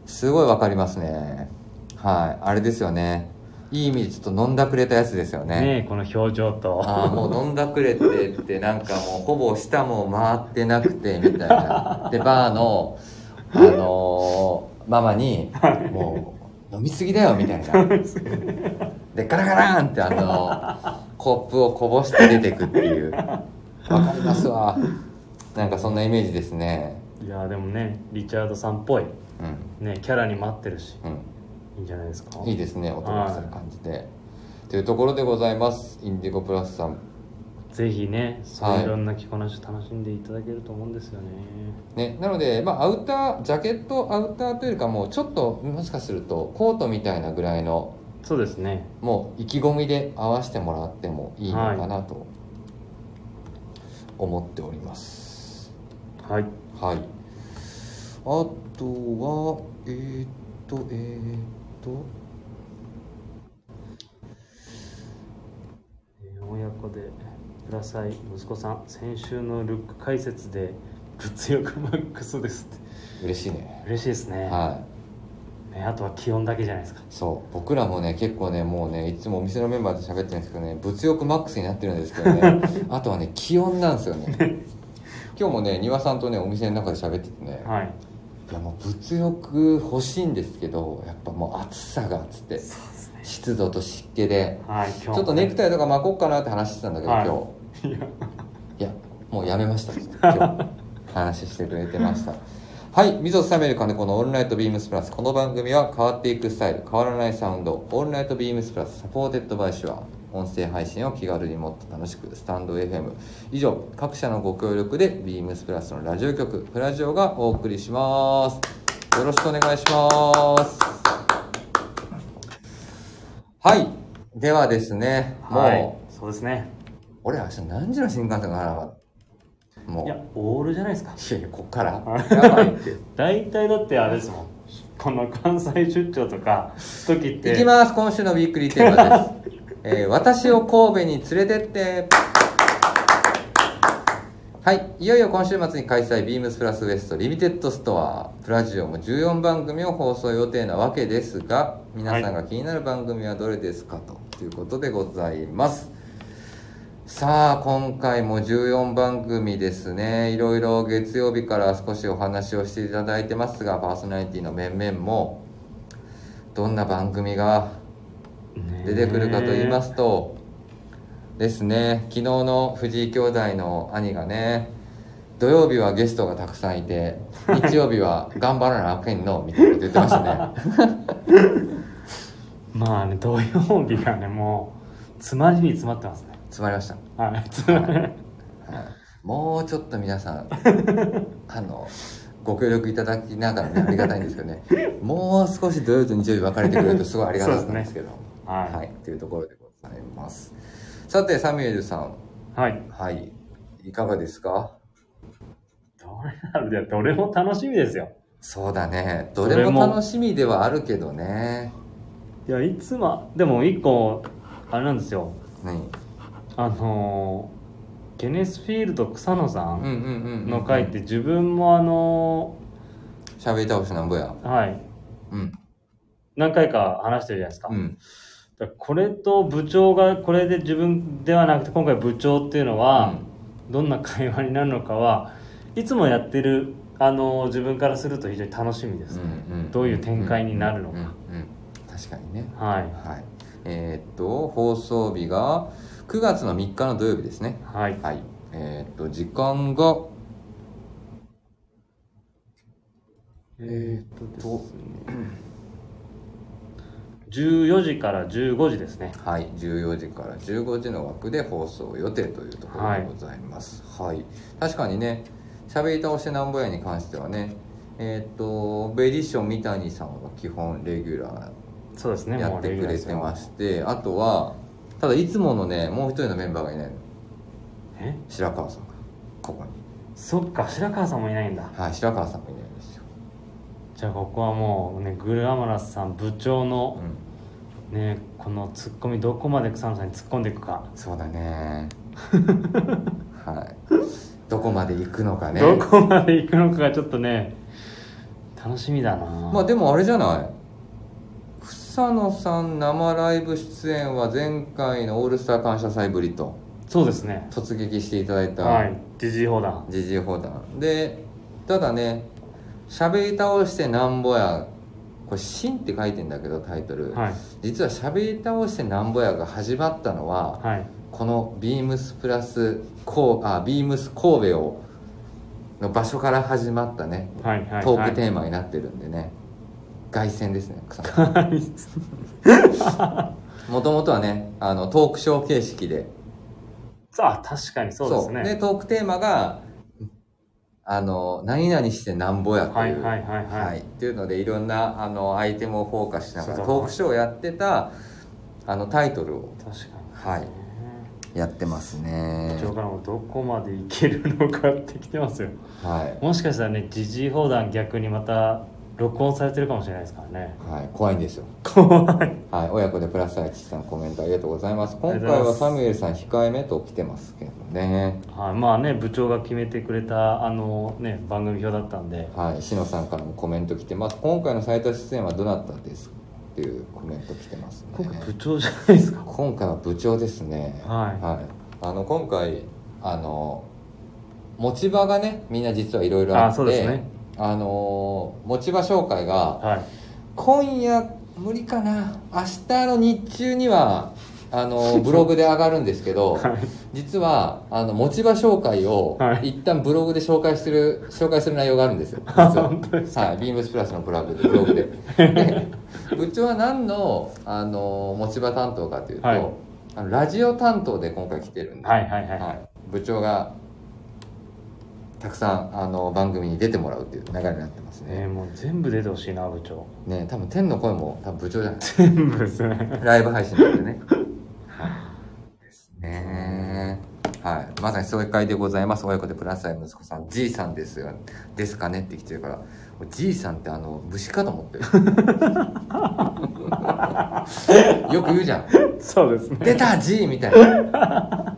Speaker 2: すごいわかりますねはいあれですよねいい意味でちょっと飲んだくれたやつですよね
Speaker 1: ねえこの表情と
Speaker 2: ああもう飲んだくれてってなんかもうほぼ舌も回ってなくてみたいなでバーのあのーママに「もう飲みすぎだよ」みたいなでガラガランってあのコップをこぼして出てくっていうわかりますわなんかそんなイメージですね
Speaker 1: いやでもねリチャードさんっぽい
Speaker 2: うん
Speaker 1: ねキャラに待ってるし
Speaker 2: う
Speaker 1: いいんじゃないですか
Speaker 2: んいいですね男とした感じでというところでございますインディゴプラスさん
Speaker 1: ぜひねそう
Speaker 2: はい
Speaker 1: いろんな着こなし楽しんでいただけると思うんですよね、
Speaker 2: ね、なので、まあ、アウタージャケットアウターというよりかもうちょっともしかするとコートみたいなぐらいの
Speaker 1: そうですね
Speaker 2: もう意気込みで合わせてもらってもいいのかなと思っております
Speaker 1: はい
Speaker 2: はい、あとはえーっとえーっと
Speaker 1: えー親子でください息子さん先週のルック解説で物欲マックスですって
Speaker 2: 嬉しいね
Speaker 1: 嬉しいですね,、
Speaker 2: はい
Speaker 1: ねあとは気温だけじゃないですか
Speaker 2: そう僕らもね結構ねもうねいつもお店のメンバーと喋ってるんですけどね物欲マックスになってるんですけ どねあとはね気温なんですよね今日もね庭さんとねお店の中で喋っててね、い、
Speaker 1: はい
Speaker 2: やもう物欲欲しいんですけどやっぱもう暑さがっつって
Speaker 1: そうですね
Speaker 2: 湿度と湿気で
Speaker 1: はい今日
Speaker 2: ち
Speaker 1: も
Speaker 2: ょっとネクタイとか巻こうかなって話してたんだけど、
Speaker 1: はい
Speaker 2: 今
Speaker 1: いや
Speaker 2: 日いやもうやめました今日話してくれて ましたはい「溝冷める金子のオールナイトビームスプラス」この番組は変わっていくスタイル変わらないサウンド「オールナイトビームスプラスサポーテッドバイシュア」音声配信を気軽にもっと楽しくスタンド FM 以上各社のご協力でビームスプラスのラジオ局プラジオがお送りしますよろしくお願いしますはいではですねもう、
Speaker 1: はいそうですね
Speaker 2: 俺明日何時の新幹線かなもう
Speaker 1: い
Speaker 2: い
Speaker 1: やオールじゃないですか
Speaker 2: やいやこっから
Speaker 1: はい
Speaker 2: やば いって
Speaker 1: 大体だってあれですもんこの関西出張とか時って
Speaker 2: いきます今週のウィークリーテーマ です、えー私を神戸に連れてってはいいよいよ今週末に開催ビームスプラスウエストリミテッドストアプラジオも14番組を放送予定なわけですが皆さんが気になる番組はどれですかということでございますさあ今回も14番組ですねいろいろ月曜日から少しお話をしていただいてますがパーソナリティの面々もどんな番組が出てくるかと言いますとですね昨日の藤井兄弟の兄がね土曜日はゲストがたくさんいて日曜 日は頑張らなあかんのみたいなこと言ってましたね
Speaker 1: まあね土曜日がねもう詰まりに詰まってますね
Speaker 2: 詰まりました
Speaker 1: はい詰まり
Speaker 2: はいもうちょっと皆さんあのご協力いただきながらねありがたいんですけどねもう少し土曜日と日曜日分かれてくれるとすごいありがたかったんですけど
Speaker 1: はい
Speaker 2: はいというところでございますさてサミュエルさん
Speaker 1: はい
Speaker 2: はいいかがですか
Speaker 1: どれだろういやどれも楽しみですよ
Speaker 2: そうだねど
Speaker 1: ど
Speaker 2: れ
Speaker 1: れも
Speaker 2: も楽しみではあるけどね
Speaker 1: いやいつもでも一個あれなんですよ
Speaker 2: 何
Speaker 1: あのーケネスフィールド草野さん
Speaker 2: うんうんうんうん
Speaker 1: の回って自分もあの
Speaker 2: 喋り倒しなんぼや
Speaker 1: ーはい
Speaker 2: うん
Speaker 1: 何回か話してるじゃないですか,、
Speaker 2: うん
Speaker 1: これと部長がこれで自分ではなくて今回部長っていうのは、どんな会話になるのかはいつもやってるあのー自分からすると非常に楽しみです、
Speaker 2: うんうん
Speaker 1: どういう展開になるのか
Speaker 2: うんうんうん確かにね
Speaker 1: はい
Speaker 2: はい、えーっと放送日が9月の3日の土曜日ですね
Speaker 1: はい
Speaker 2: はいえーっと時間が
Speaker 1: えー、っとですね14時から15時ですね
Speaker 2: はい14時から15時の枠で放送予定というところでございますはい、確かにね喋り倒してなんぼやに関してはねえーっとベリッション三谷さんは基本レギュラ
Speaker 1: そうですね
Speaker 2: ーや
Speaker 1: も
Speaker 2: っ
Speaker 1: うレ
Speaker 2: て
Speaker 1: ギュ
Speaker 2: く
Speaker 1: ラーで
Speaker 2: れ
Speaker 1: す
Speaker 2: て
Speaker 1: よ
Speaker 2: まして、あとはただいつものねもう一人のメンバーがいないの
Speaker 1: え
Speaker 2: 白川さんがここに
Speaker 1: そっか白川さんもいないんだ
Speaker 2: はい白川さんがいないんですよ、
Speaker 1: じゃあここはもうねグルアマラスさん部長
Speaker 2: う
Speaker 1: の
Speaker 2: ん、
Speaker 1: ねこのツッコミどこまで草野さんに突っ込んでいくか、
Speaker 2: そうだ ねはいどこまで行くのかね
Speaker 1: どこまで行くのかがちょっとね楽しみだな
Speaker 2: まあでもあれじゃない草野さん生ライブ出演は前回の「オールスター感謝祭」ぶりと
Speaker 1: そうですね
Speaker 2: 突撃していただい
Speaker 1: は
Speaker 2: た
Speaker 1: いジジイ砲弾
Speaker 2: ジジイ砲弾でただね「喋り倒してなんぼや」これ「新」って書いてんだけどタイトル、
Speaker 1: はい
Speaker 2: 実は「喋り倒してなんぼや」が始まったのは、
Speaker 1: はい
Speaker 2: このビームスプラスこうあビームス神戸をの場所から始まったね
Speaker 1: はいはい
Speaker 2: ト
Speaker 1: は
Speaker 2: ーク
Speaker 1: い
Speaker 2: テーマになってるんでね、凱旋ですね草野
Speaker 1: はい
Speaker 2: もともとはねあのトークショー形式で
Speaker 1: さあ確かにそうですね
Speaker 2: トークテーマがあの何々してなんぼやと
Speaker 1: はいいうはいはいはい、
Speaker 2: はいっていうのでいろんなあのアイテムをフォーカスしなが
Speaker 1: そ
Speaker 2: ら
Speaker 1: うそう
Speaker 2: トークショーをやってたあのタイトルを
Speaker 1: 確かに
Speaker 2: はいやってますね
Speaker 1: 部長からもどこまで行けるのかってきてますよ
Speaker 2: はい
Speaker 1: もしかしたらねジジイ砲弾逆にまた録音されてるかもしれないですからね
Speaker 2: はい、怖いんですよ
Speaker 1: 怖い
Speaker 2: はい、親子でプラスアイチさんコメントありがとうございます。今
Speaker 1: りがとうご
Speaker 2: 回
Speaker 1: ざいます
Speaker 2: はサミュエルさん控えめと来てますけどね。
Speaker 1: はい、まあね部長が決めてくれたあのね番組表だったんで
Speaker 2: はい、しのさんからもコメント来てます。今回の最多出演はどなたですかっていうコメント来てます
Speaker 1: 今
Speaker 2: ね。
Speaker 1: 回部長じゃないですか
Speaker 2: 今回は部長ですね。
Speaker 1: はい
Speaker 2: あの今回あの持ち場がね、みんな実はいろいろあ
Speaker 1: あ
Speaker 2: っ
Speaker 1: そうで
Speaker 2: て、
Speaker 1: すね
Speaker 2: あの持ち場紹介が
Speaker 1: はい
Speaker 2: 今夜無理かな明日の日中にはあ のブログで上がるんですけど、
Speaker 1: はい
Speaker 2: 実はあの持ち場紹介を、
Speaker 1: はい
Speaker 2: 一旦ブログで紹介する紹介する内容がある んですよ実は
Speaker 1: 本当で
Speaker 2: はい、ビームスプラスのブログでブログ でで部長は何のあの持ち場担当かというと、
Speaker 1: はい
Speaker 2: あのラジオ担当で今回来てるんで、
Speaker 1: はいはいはい
Speaker 2: はい部長がたくさんあの番組に出てもらうっていう流れになってますね
Speaker 1: ねもう全部出てほしいな部長
Speaker 2: ね多分天の声も多分部長じゃない
Speaker 1: 全部ですね
Speaker 2: ライブ配信なんでね。ですね。はい。まさに正解でございます。親子でプラスアイ息子さん、じいさんですよ。ですかねって来てるから、じいさんってあの、虫かと思って る。よく言うじゃん。
Speaker 1: そうですね
Speaker 2: 出たじいみたいな。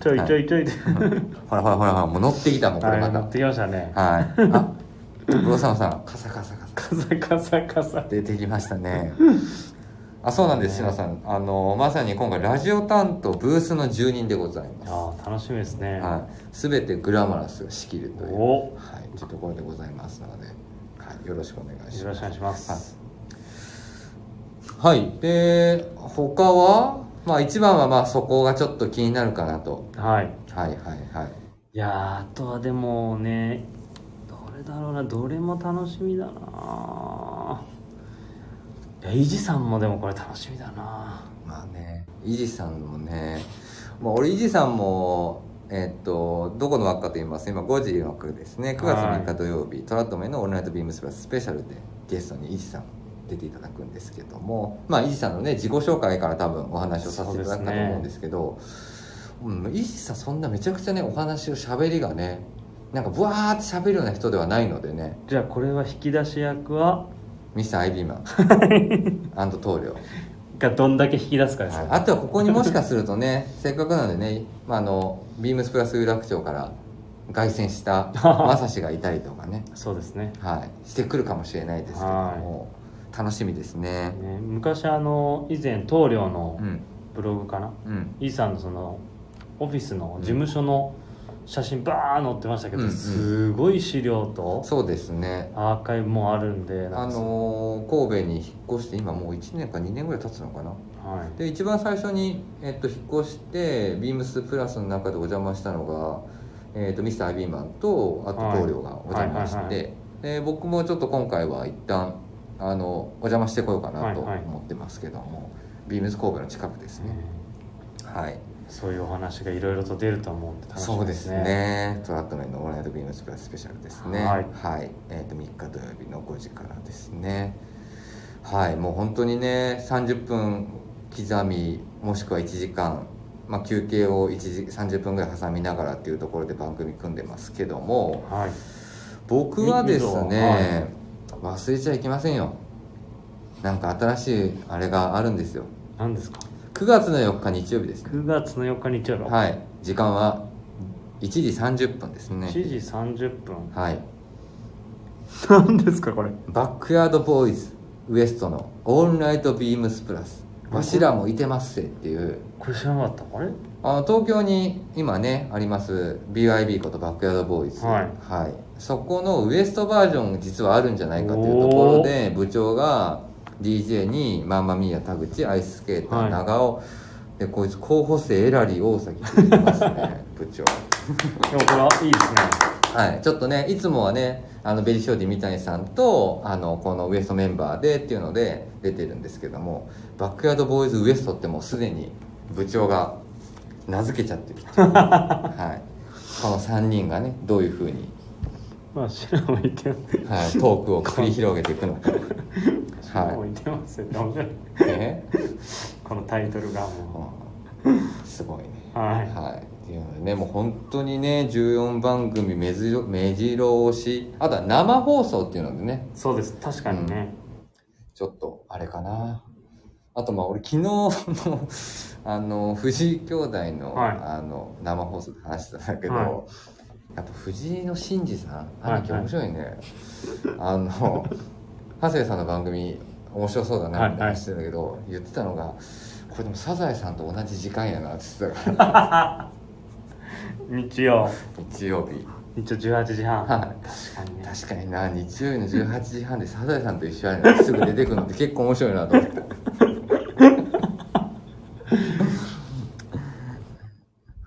Speaker 1: ちょいちょいちょいちょい
Speaker 2: ほらほらほらほら、もう乗ってきたもん、これ
Speaker 1: は
Speaker 2: ま
Speaker 1: い乗
Speaker 2: た。
Speaker 1: っ
Speaker 2: はい。
Speaker 1: てきましたね
Speaker 2: あ、黒沢さん、カサカサカ
Speaker 1: カ
Speaker 2: サ。
Speaker 1: サカサカサ
Speaker 2: 出てきましたね。あ、そうなんです、しのさん。あの、まさに今回、ラジオ担当、ブースの住人でございます。
Speaker 1: ああ楽しみですね、
Speaker 2: はい、全てグラマラスが仕切るという、は
Speaker 1: お
Speaker 2: い、というところでございますので、はい、よろしくお願いし
Speaker 1: よろ
Speaker 2: ま
Speaker 1: しくお
Speaker 2: す。
Speaker 1: 願いします、
Speaker 2: はいで他はまあ一番はまあそこがちょっと気になるかなと
Speaker 1: はい
Speaker 2: はいはいはい
Speaker 1: いやーあとはでもねどれだろうなどれも楽しみだないやイジさんもでもこれ楽しみだな
Speaker 2: まあねイジさんもねまあ俺イジさんもえっとどこの枠かと言いますと今5時の枠ですね9月3日土曜日トラットメの「オールナイトビームスプラス」スペシャルでゲストにイジさん出ていただくんですけどもまあイジさんのね自己紹介から多分お話をさせていただくかと思うんですけどうん、イジさんそんなめちゃくちゃねお話を喋りがねなんかブワーって喋るような人ではないのでね
Speaker 1: じゃあこれは引き出し役は
Speaker 2: ミスターアイビーマン棟梁
Speaker 1: がどんだけ引き出すかです
Speaker 2: は
Speaker 1: よ
Speaker 2: い、あとはここにもしかするとね せっかくなのでね、まあ、あのビームスプラス有楽町から凱旋したまさしがいたりとかね、
Speaker 1: そうですね
Speaker 2: はい、してくるかもしれないですけども楽しみですね
Speaker 1: ね昔あの以前棟梁の
Speaker 2: うん
Speaker 1: ブログかな、
Speaker 2: うん
Speaker 1: イーさんのそのオフィスの事務所の写真バーン載ってましたけど、
Speaker 2: うんうん
Speaker 1: すごい資料と
Speaker 2: そうですね
Speaker 1: アーカイブもあるんでな
Speaker 2: あ
Speaker 1: んか
Speaker 2: のー神戸に引っ越して今もう1年か2年ぐらい経つのかな
Speaker 1: はい、
Speaker 2: で一番最初に、えっと、引っ越してビームスプラスの中でお邪魔したのが、えっと、ミスターアイビーマンとあと
Speaker 1: はい
Speaker 2: 棟梁がお邪魔して、
Speaker 1: はいはいは
Speaker 2: で僕もちょっと今回は一旦あのお邪魔してこようかなと
Speaker 1: はいはい
Speaker 2: 思ってますけども、ビームス神戸の近くですね、はい
Speaker 1: そういうお話がいろいろと出ると思うんで楽し
Speaker 2: そ
Speaker 1: み
Speaker 2: う
Speaker 1: で
Speaker 2: ですす
Speaker 1: ね
Speaker 2: ねトラットメンの「オールナイトビームスプラス」スペシャルですね
Speaker 1: はい
Speaker 2: えー、と3日土曜日の5時からですねはいもう本当にね30分刻みもしくは1時間、まあ、休憩を1時30分ぐらい挟みながらっていうところで番組組んでますけども
Speaker 1: はい
Speaker 2: 僕はです
Speaker 1: み
Speaker 2: ね、忘れちゃいけませんよなんか新しいあれがあるんですよ
Speaker 1: 何ですか
Speaker 2: 9月の4日日曜日ですね
Speaker 1: 9月の4日日曜日、
Speaker 2: はい時間は1時30分ですね
Speaker 1: 7時30分
Speaker 2: はい、
Speaker 1: 何ですかこれ
Speaker 2: バックヤードボーイズウエストの「オールナイトビームスプラス」「わしらもいてますせ」っていう
Speaker 1: これ知らなかったあれ
Speaker 2: あの東京に今ねあります BYB ことバックヤードボーイズ、
Speaker 1: はい
Speaker 2: はいそこのウエストバージョン実はあるんじゃないかというところで部長が DJ にマンマミーヤ田口アイススケータ
Speaker 1: は
Speaker 2: ー
Speaker 1: い
Speaker 2: 長尾、でこいつ候補生エラリー大崎って言います ね部長
Speaker 1: でもこれはいいですね
Speaker 2: はい、ちょっとねいつもはねあのベリーショーディ三谷さんとあのこのウエストメンバーでっていうので出てるんですけどもバックヤードボーイズウエストってもうすでに部長が名付けち ゃってるっていうはい、この3人がねどういうふうに、
Speaker 1: まあ知らもいて
Speaker 2: はい、トークを繰り広げていく のか、
Speaker 1: 知らもいてますよね面白い
Speaker 2: ね
Speaker 1: このタイトルがも
Speaker 2: うんすごいね
Speaker 1: うはい
Speaker 2: はい、っていうのでねもう本当にね14番組目白目白押しあとは生放送っていうのでね
Speaker 1: そうです確かにね、
Speaker 2: ちょっと、あれかな。あと、まあ、俺、昨日 の、あの、藤井兄弟の、
Speaker 1: はい
Speaker 2: あの、生放送で話してたんだけど、
Speaker 1: はい
Speaker 2: やっぱ藤井の真二さん、
Speaker 1: はい
Speaker 2: 兄貴面白いね。あの、長谷さんの番組、面白そうだなって話してたけど、言ってたのが、これでもサザエさんと同じ時間やなって言ってた から、
Speaker 1: 日曜
Speaker 2: 日曜日。
Speaker 1: 日曜18時半
Speaker 2: は
Speaker 1: 確かにね
Speaker 2: 確かにな、日曜日の18時半でサザエさんと一緒やねんすぐ出てくるのって結構面白いなと思って。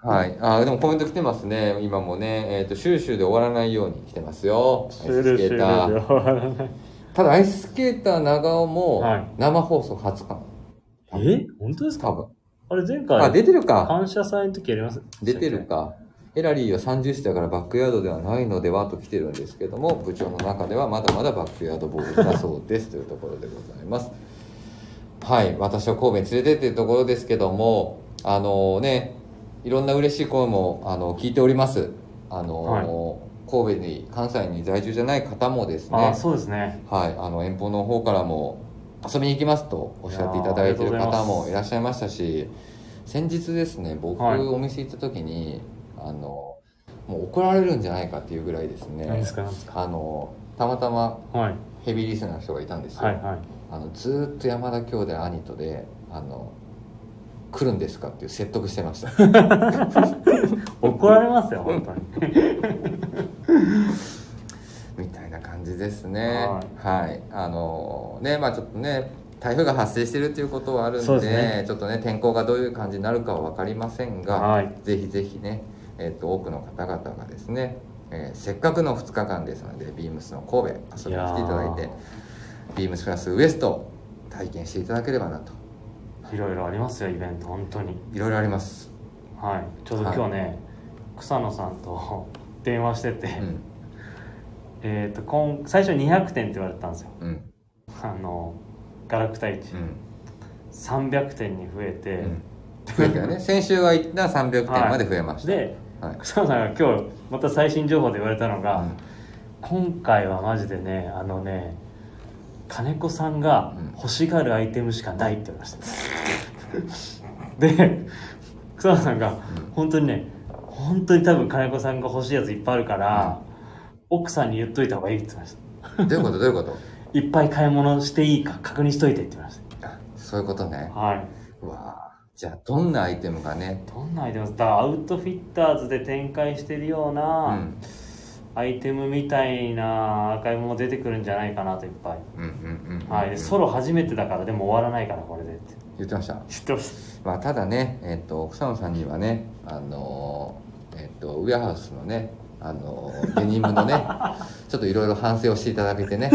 Speaker 2: はい、あでもコメント来てますね今もね、えーと「シューシューで終わらないように」来てますよアイ
Speaker 1: シュ
Speaker 2: ス
Speaker 1: ル
Speaker 2: ス
Speaker 1: シ
Speaker 2: ケー
Speaker 1: ュ
Speaker 2: タ
Speaker 1: ルで
Speaker 2: ー
Speaker 1: 終わらない
Speaker 2: ただアイススケーター長尾
Speaker 1: はい
Speaker 2: も生放送初かも、
Speaker 1: え本当ですか
Speaker 2: 多分
Speaker 1: あれ前
Speaker 2: あ
Speaker 1: 回
Speaker 2: 出てるか
Speaker 1: 感謝祭の時やります
Speaker 2: 出てるかエラリーは30歳だからバックヤードではないのではと来てるんですけども部長の中ではまだまだバックヤードボールだそうですというところでございますはい私は神戸に連れてっていうところですけどもあのねいろんな嬉しい声もあの聞いておりますあの、
Speaker 1: はい
Speaker 2: 神戸に関西に在住じゃない方もですね
Speaker 1: ああそうですね
Speaker 2: はい、あの遠方の方からも遊びに行きますとおっしゃっていただいてる
Speaker 1: いやーありがとうご
Speaker 2: 方
Speaker 1: ざいま
Speaker 2: も
Speaker 1: す
Speaker 2: いらっしゃいましたし先日ですね僕、
Speaker 1: はい
Speaker 2: お店行った時にあのもう怒られるんじゃないかっていうぐらいですね
Speaker 1: 何ですか何ですか
Speaker 2: あのたまたま
Speaker 1: はい
Speaker 2: ヘビーリスナーの人がいたんですよ、
Speaker 1: はいはい
Speaker 2: あのずーっと山田兄弟兄とであの来るんですかっていう説得してました
Speaker 1: 怒られますよ本当に
Speaker 2: みたいな感じですね
Speaker 1: は
Speaker 2: はい、あのねまあちょっとね台風が発生してるということはあるん
Speaker 1: そ
Speaker 2: で
Speaker 1: うですね
Speaker 2: ちょっとね天候がどういう感じになるかは分かりませんが、
Speaker 1: はい
Speaker 2: ぜひぜひね、えっと多くの方々がですね、えーせっかくの2日間ですのでビームスの神戸遊びに来ていただいて
Speaker 1: いや
Speaker 2: ビームスプラスウエストを体験していただければなと
Speaker 1: いろいろありますよイベント本当に
Speaker 2: いろいろあります、
Speaker 1: はいちょうど今日ね、草野さんと 電話してて、
Speaker 2: うん
Speaker 1: えっと今最初200点って言われてたんですよ
Speaker 2: うん
Speaker 1: あのガラクタ1、300点に増えて、
Speaker 2: うん増えたよね先週は一旦300点まで増えました、
Speaker 1: で
Speaker 2: はい
Speaker 1: 草野さんが今日また最新情報で言われたのが、
Speaker 2: うん
Speaker 1: 今回はマジでねあのね金子さんが
Speaker 2: うん
Speaker 1: 欲しがるアイテムしかないって言われ ました、で草野さんが本当にね本当に多分金子さんが欲しいやついっぱいあるから、奥さんに言っといた方がいいって言いました
Speaker 2: どういうことどういうこと
Speaker 1: いっぱい買い物していいか確認しといてって言いまし
Speaker 2: あそういうことね
Speaker 1: たはい
Speaker 2: わあじゃあどんなアイテムがね
Speaker 1: どんなアイテムですだからアウトフィッターズで展開してるよう
Speaker 2: う
Speaker 1: な、
Speaker 2: ん
Speaker 1: アイテムみたいな買い物出てくるんじゃないかなといっぱい、
Speaker 2: うんうんうん
Speaker 1: はい、でソロ初めてだからでも終わらないからこれでって
Speaker 2: 言ってました
Speaker 1: 知ってます
Speaker 2: まあただねえっ、と草野さんにはねあのーえっ、とウェアハウスのねあのーデニムのね ちょっといろいろ反省をしていただけてね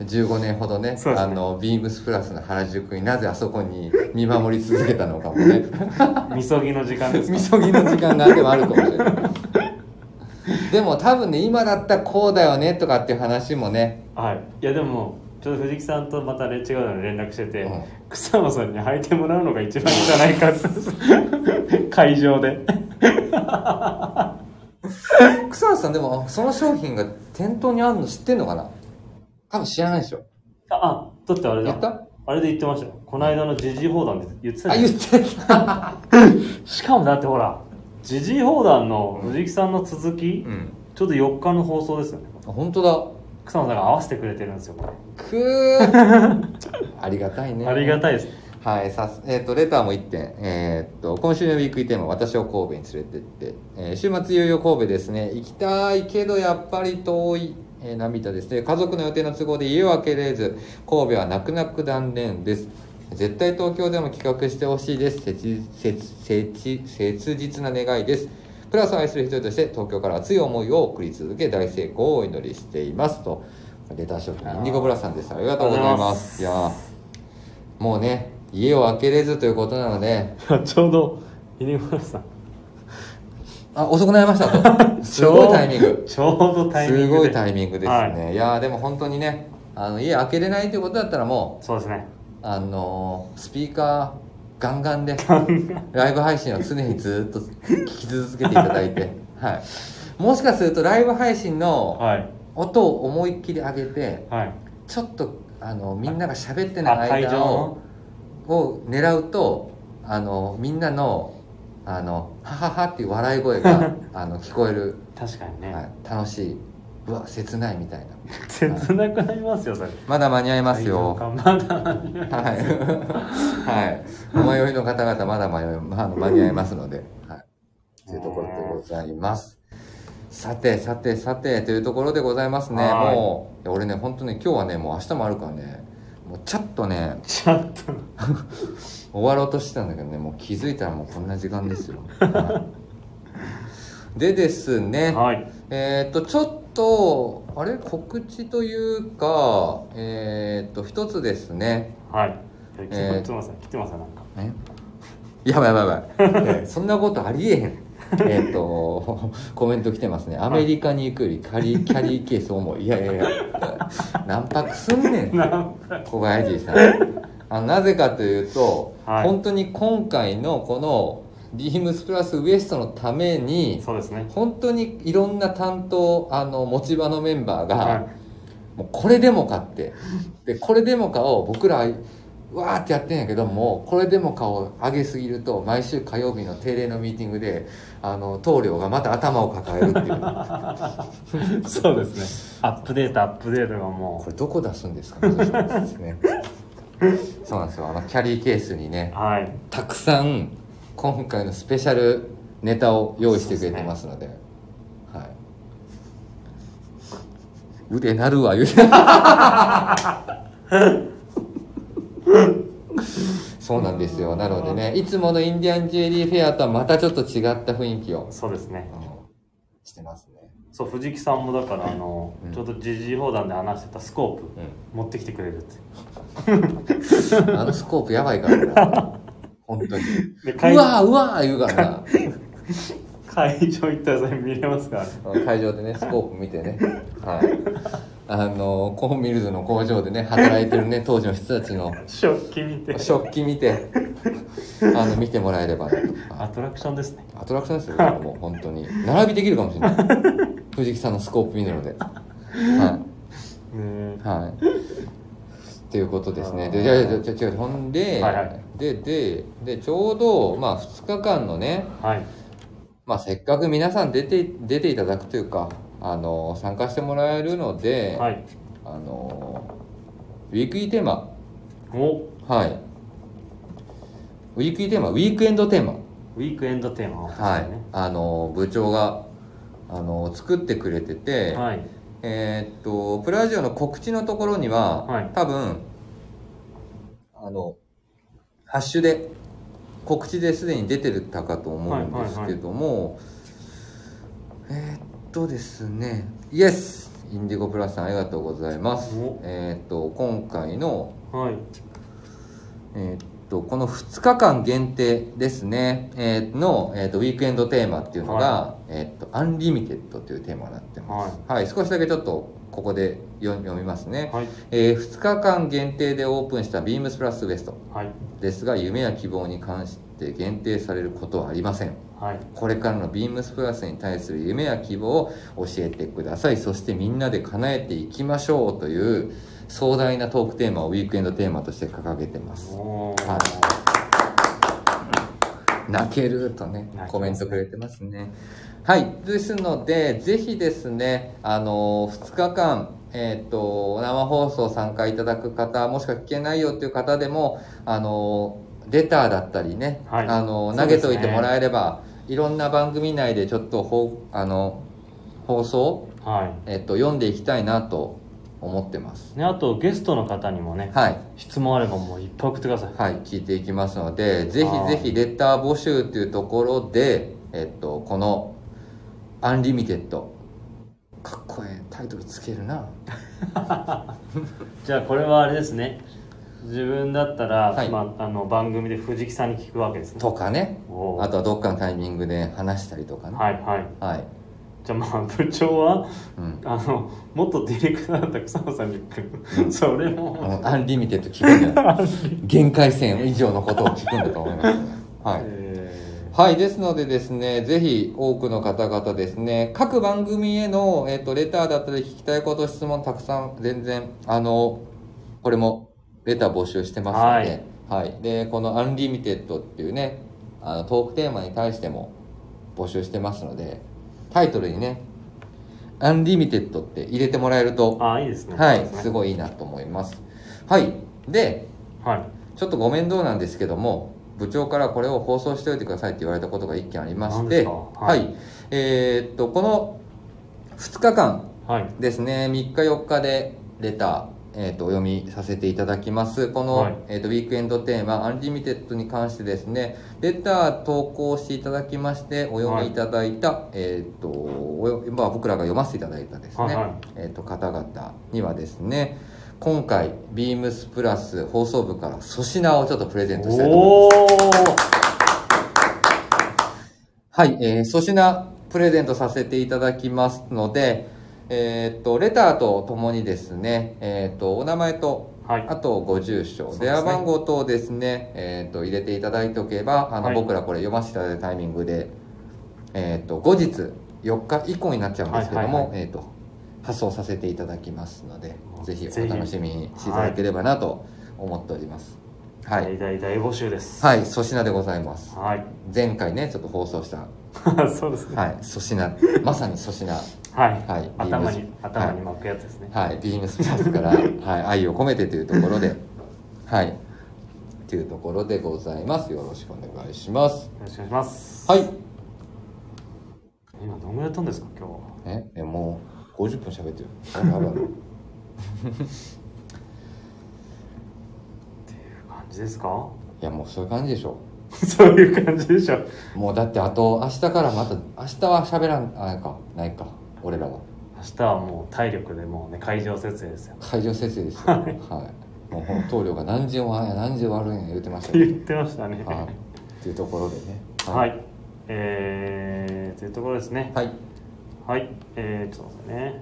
Speaker 2: 15年ほどね
Speaker 1: そうです
Speaker 2: あ
Speaker 1: ね
Speaker 2: のビームスプラスの原宿になぜあそこに見守り続けたのかも ね
Speaker 1: みそぎの時 間です
Speaker 2: みそぎの時間がでもあるかもしれないでも多分ね今だったらこうだよねとかっていう話もね
Speaker 1: はいいやでもちょっと藤木さんとまたね違うのに連絡してて、
Speaker 2: うん
Speaker 1: 草野さんに履いてもらうのが一番いいんじゃないか って会場で
Speaker 2: 草野さんでもその商品が店頭にあるの知ってんのかな多分知らないでしょ
Speaker 1: ああだってあれ
Speaker 2: 言
Speaker 1: だ
Speaker 2: った
Speaker 1: あれで言ってましたよこの間の時事砲弾で言ってた
Speaker 2: あ
Speaker 1: じゃん
Speaker 2: 言ってた
Speaker 1: しかもだってほら時事砲弾の藤木さんの続き、
Speaker 2: うん
Speaker 1: ちょうど4日の放送ですよね
Speaker 2: あ本当だ
Speaker 1: 草野さんが合わせてくれてるんですよこれ
Speaker 2: くーありがたいね
Speaker 1: ありがたいです。
Speaker 2: はいさすえっ、とレターも1点えっ、と今週のウィークイーテーマ私を神戸に連れてって、えー週末いよいよ神戸ですね行きたいけどやっぱり遠い、えー涙ですね家族の予定の都合で家を空けれず神戸は泣く泣く断念です絶対東京でも企画してほしいです切切切切実な願いですプラスを愛する一人として東京から熱い思いを送り続け大成功をお祈りしていますとレター職人インディゴブラさんですありがとうございますいやーもうね家を開けれずということなので
Speaker 1: ちょうど、稲村さん。
Speaker 2: あ遅くなりました とすごいタイミング
Speaker 1: ちょうどタイミング
Speaker 2: す
Speaker 1: で。
Speaker 2: ごいタイミングですね、、
Speaker 1: はい
Speaker 2: やーでも本当にねあの家開けれないということだったらも
Speaker 1: そうですね。
Speaker 2: うあのースピーカーガンガンでライブ配信を常にずっと聞き続けていただい て、はい、もしかするとライブ配信の
Speaker 1: はい。
Speaker 2: 音を思いっきり上げて
Speaker 1: はい。
Speaker 2: ちょっとあのみんなが喋って
Speaker 1: あ
Speaker 2: ない
Speaker 1: 会場
Speaker 2: 間を
Speaker 1: の。
Speaker 2: を狙うとあのみんなの「あのははは」っていう笑い声 があの聞こえる、
Speaker 1: 確かにね。
Speaker 2: はい、楽しいうわ切ないみたいな
Speaker 1: 切なくなりますよ、それ。
Speaker 2: まだ間に合いますよ
Speaker 1: 会場がまだ。
Speaker 2: はい、 はい、お迷いの方々まだ迷い、まあ、間に合いますので、はい、というところでございますさてさてさてというところでございますね
Speaker 1: はい
Speaker 2: もういや俺ね本当ね今日はねもう明日もあるからねもうちゃっとね
Speaker 1: ちょっと。
Speaker 2: 終わろうとしてたんだけどねもう気づいたらもうこんな時間ですよ、はいでですね
Speaker 1: はい。
Speaker 2: えっ、とちょっとあれ告知というかえっ、と一つですね
Speaker 1: はい。い
Speaker 2: え
Speaker 1: や
Speaker 2: ー
Speaker 1: 来てますよ、来てますよ、なんか。
Speaker 2: えやばいやばいやば い、えーそんなことありえへんえっとコメント来てますね「アメリカに行くよりキャリーキャリーケース重い」いやいやいや何泊すんねん
Speaker 1: な
Speaker 2: 小 林さんあのなぜかというと、
Speaker 1: はい
Speaker 2: 本当に今回のこのビームスプラスウエストのために
Speaker 1: そうですね。
Speaker 2: 本当にいろんな担当あの持ち場のメンバーが、
Speaker 1: は
Speaker 2: もうこれでもかってでこれでもかを僕らわーってやってんやけどもこれでもかを上げすぎると毎週火曜日の定例のミーティングであの棟梁がまた頭を抱えるってい う
Speaker 1: い。そうですね。アップデート、アップデートがも
Speaker 2: これどこ出すんですかねそうですねそうなんですよあのキャリーケースにね
Speaker 1: う。はい。
Speaker 2: たくさん今回のスペシャルネタを用意してくれてますのではい腕なるわ言うてそうなんですよなのでねいつものインディアンジュエリーフェアとはまたちょっと違った雰囲気を、
Speaker 1: そうですね
Speaker 2: うんしてますね、
Speaker 1: そう藤木さんもだからあの、
Speaker 2: うん
Speaker 1: ちょうど時事砲弾で話してたスコープ
Speaker 2: う
Speaker 1: 持ってきてくれるって
Speaker 2: ん、あのスコープやばいからな本 当に
Speaker 1: で会
Speaker 2: うわーうわー言うからな
Speaker 1: 会場行ったらそれ見れますから ね
Speaker 2: 会場でねスコープ見てね、はい、あのコーンミルズの工場でね働いてるね当時の人たちの
Speaker 1: 食器見て
Speaker 2: 食器見てあの見てもらえればなと
Speaker 1: アトラクションですね
Speaker 2: アトラクションですよこれはもう本当に並びできるかもしれない藤木さんのスコープ見るのでは
Speaker 1: ね
Speaker 2: いはいっていうことですねで
Speaker 1: あー
Speaker 2: いやいや違う違うほんで、
Speaker 1: はいはい
Speaker 2: でででちょうどまあ2日間のね
Speaker 1: はい
Speaker 2: まあ、せっかく皆さん出て出ていただくというかあの参加してもらえるので、
Speaker 1: はい
Speaker 2: あのウィークリーテーマ
Speaker 1: お
Speaker 2: はいウィークリーテーマウィークエンドテーマ
Speaker 1: ウィークエンドテーマを
Speaker 2: はい、あの部長があの作ってくれてて、
Speaker 1: はい
Speaker 2: えーっとプラジオの告知のところには、
Speaker 1: はい
Speaker 2: 多分あのハッシュで告知ですでに出てたかと思うんですけども、えーっとですねイエスインディゴプラスさんありがとうございます
Speaker 1: お
Speaker 2: えーっと今回の
Speaker 1: はい
Speaker 2: えーっとこの2日間限定ですね、えーの、えーっとウィークエンドテーマっていうのが、
Speaker 1: は
Speaker 2: えーっとアンリミテッドというテーマになってます、はい少しだけちょっとここで読み読みますね、
Speaker 1: はい
Speaker 2: え2日間限定でオープンしたビームスプラスウエスト
Speaker 1: はい
Speaker 2: ですが夢や希望に関して限定されることはありません
Speaker 1: はい
Speaker 2: これからのビームスプラスに対する夢や希望を教えてくださいそしてみんなで叶えていきましょうという壮大なトークテーマをウィークエンドテーマとして掲げてます
Speaker 1: おー
Speaker 2: は泣けるとね
Speaker 1: 泣きますね
Speaker 2: コメントくれてますねはいですのでぜひですねあの2日間えっ、と生放送参加いただく方もしくは聞けないよっていう方でもあのレターだったりね、
Speaker 1: はい
Speaker 2: あの
Speaker 1: そ
Speaker 2: 投
Speaker 1: うで
Speaker 2: げ
Speaker 1: すね
Speaker 2: といてもらえれば、いろんな番組内でちょっとほうあの放送、
Speaker 1: は
Speaker 2: えっと読んでいきたいなと思ってます
Speaker 1: いねあとゲストの方にもね
Speaker 2: はい
Speaker 1: 質問あればもういっぱい送ってください
Speaker 2: はい、聞いていきますので、ぜ
Speaker 1: は
Speaker 2: ひ
Speaker 1: い
Speaker 2: ぜひレター募集というところで、えっと、この、アンリミテッド、かっこええタイトルつけるな。
Speaker 1: じゃあこれはあれですね自分だったら、
Speaker 2: はい
Speaker 1: まあ、あの番組で藤木さんに聞くわけですね
Speaker 2: とかね。
Speaker 1: おー
Speaker 2: あとはどっかのタイミングで話したりとかね。
Speaker 1: はいはい
Speaker 2: はい。
Speaker 1: じゃあまあ部長は
Speaker 2: うん。
Speaker 1: あの元ディレクターだった草野さんに聞くそれ
Speaker 2: あ
Speaker 1: も、
Speaker 2: のアンリミテッド聞く んだよ。限界線以上のことを聞くんだと思います、ね。はい。
Speaker 1: え
Speaker 2: はい、ですのでですね、ぜひ多くの方々ですね、各番組への、えっとレターだったり聞きたいこと、質問たくさん、全然、あの、これもレター募集してますので、はい、で、このアンリミテッドっていうね、あのトークテーマに対しても募集してますので、タイトルにね、アンリミテッドって入れてもらえる
Speaker 1: ー
Speaker 2: と、
Speaker 1: ああいいですね
Speaker 2: は
Speaker 1: そう
Speaker 2: い、
Speaker 1: です
Speaker 2: す
Speaker 1: ね
Speaker 2: ごいいいなと思います。はい、で、
Speaker 1: はい
Speaker 2: ちょっとご面倒なんですけども部長からこれを放送しておいてくださいって言われたことが一件ありまし
Speaker 1: 何で
Speaker 2: て
Speaker 1: すか
Speaker 2: は、
Speaker 1: はいい
Speaker 2: えーっとこの2日間
Speaker 1: はい
Speaker 2: ですね3日4日でレター、えーっとお読みさせていただきますこの、
Speaker 1: はい
Speaker 2: えーっとウィークエンドテーマ「アンリミテッド」に関してですねレター投稿していただきましてお読みいただいた、えーっとおよまあ、僕らが読ませていただいたですね、
Speaker 1: はいはい
Speaker 2: えー、と方々にはですね今回ビームスプラス放送部から粗品をちょっとプレゼントしたいと思います
Speaker 1: おお
Speaker 2: はい、えー粗品プレゼントさせていただきますのでえっ、とレターとともにですねえっ、とお名前と
Speaker 1: はい
Speaker 2: あとご住
Speaker 1: そう
Speaker 2: 所、
Speaker 1: ですね
Speaker 2: 電話番号等ですね、えー、と入れていただいておけばあの、
Speaker 1: はい
Speaker 2: 僕らこれ読ませていただいたタイミングで、えー、と後日4日以降になっちゃうんですけども、
Speaker 1: はいは
Speaker 2: えー、と発送させていただきますのでぜひ
Speaker 1: ぜ
Speaker 2: お
Speaker 1: ひ
Speaker 2: 楽しみにしていただければなと思っておりますはい、はい
Speaker 1: 大大大募集です
Speaker 2: 粗品でございます
Speaker 1: はい
Speaker 2: 前回ねちょっと放送した、
Speaker 1: そうですね
Speaker 2: はい、粗品まさに粗品
Speaker 1: はい、
Speaker 2: はい
Speaker 1: 頭
Speaker 2: いい
Speaker 1: に
Speaker 2: です
Speaker 1: 頭に巻くやつですね、
Speaker 2: はい、ビームスプラスから、はい、愛を込めてというところで、はい、というところでございます。よろしくお願いします。
Speaker 1: よろしくお願いします
Speaker 2: はい。
Speaker 1: 今どんぐらいやったんですか今日は
Speaker 2: え、えもう50分喋ってる。あやばい
Speaker 1: 感じですか
Speaker 2: いやもうそういう感じでしょ
Speaker 1: そういう感じでしょ
Speaker 2: もうだってあと明日からまた明日は喋らんあないかないか俺らは
Speaker 1: 明日はもう体力でもうね会場設営ですよ
Speaker 2: 会場設営ですよはいもう本当領が何時終わんや何時終わるんや言ってました
Speaker 1: 言っ
Speaker 2: よ
Speaker 1: てましたね
Speaker 2: はいっていうところでね
Speaker 1: はい、えー、というところですね
Speaker 2: はい
Speaker 1: はい、えー、ちょっと待ってね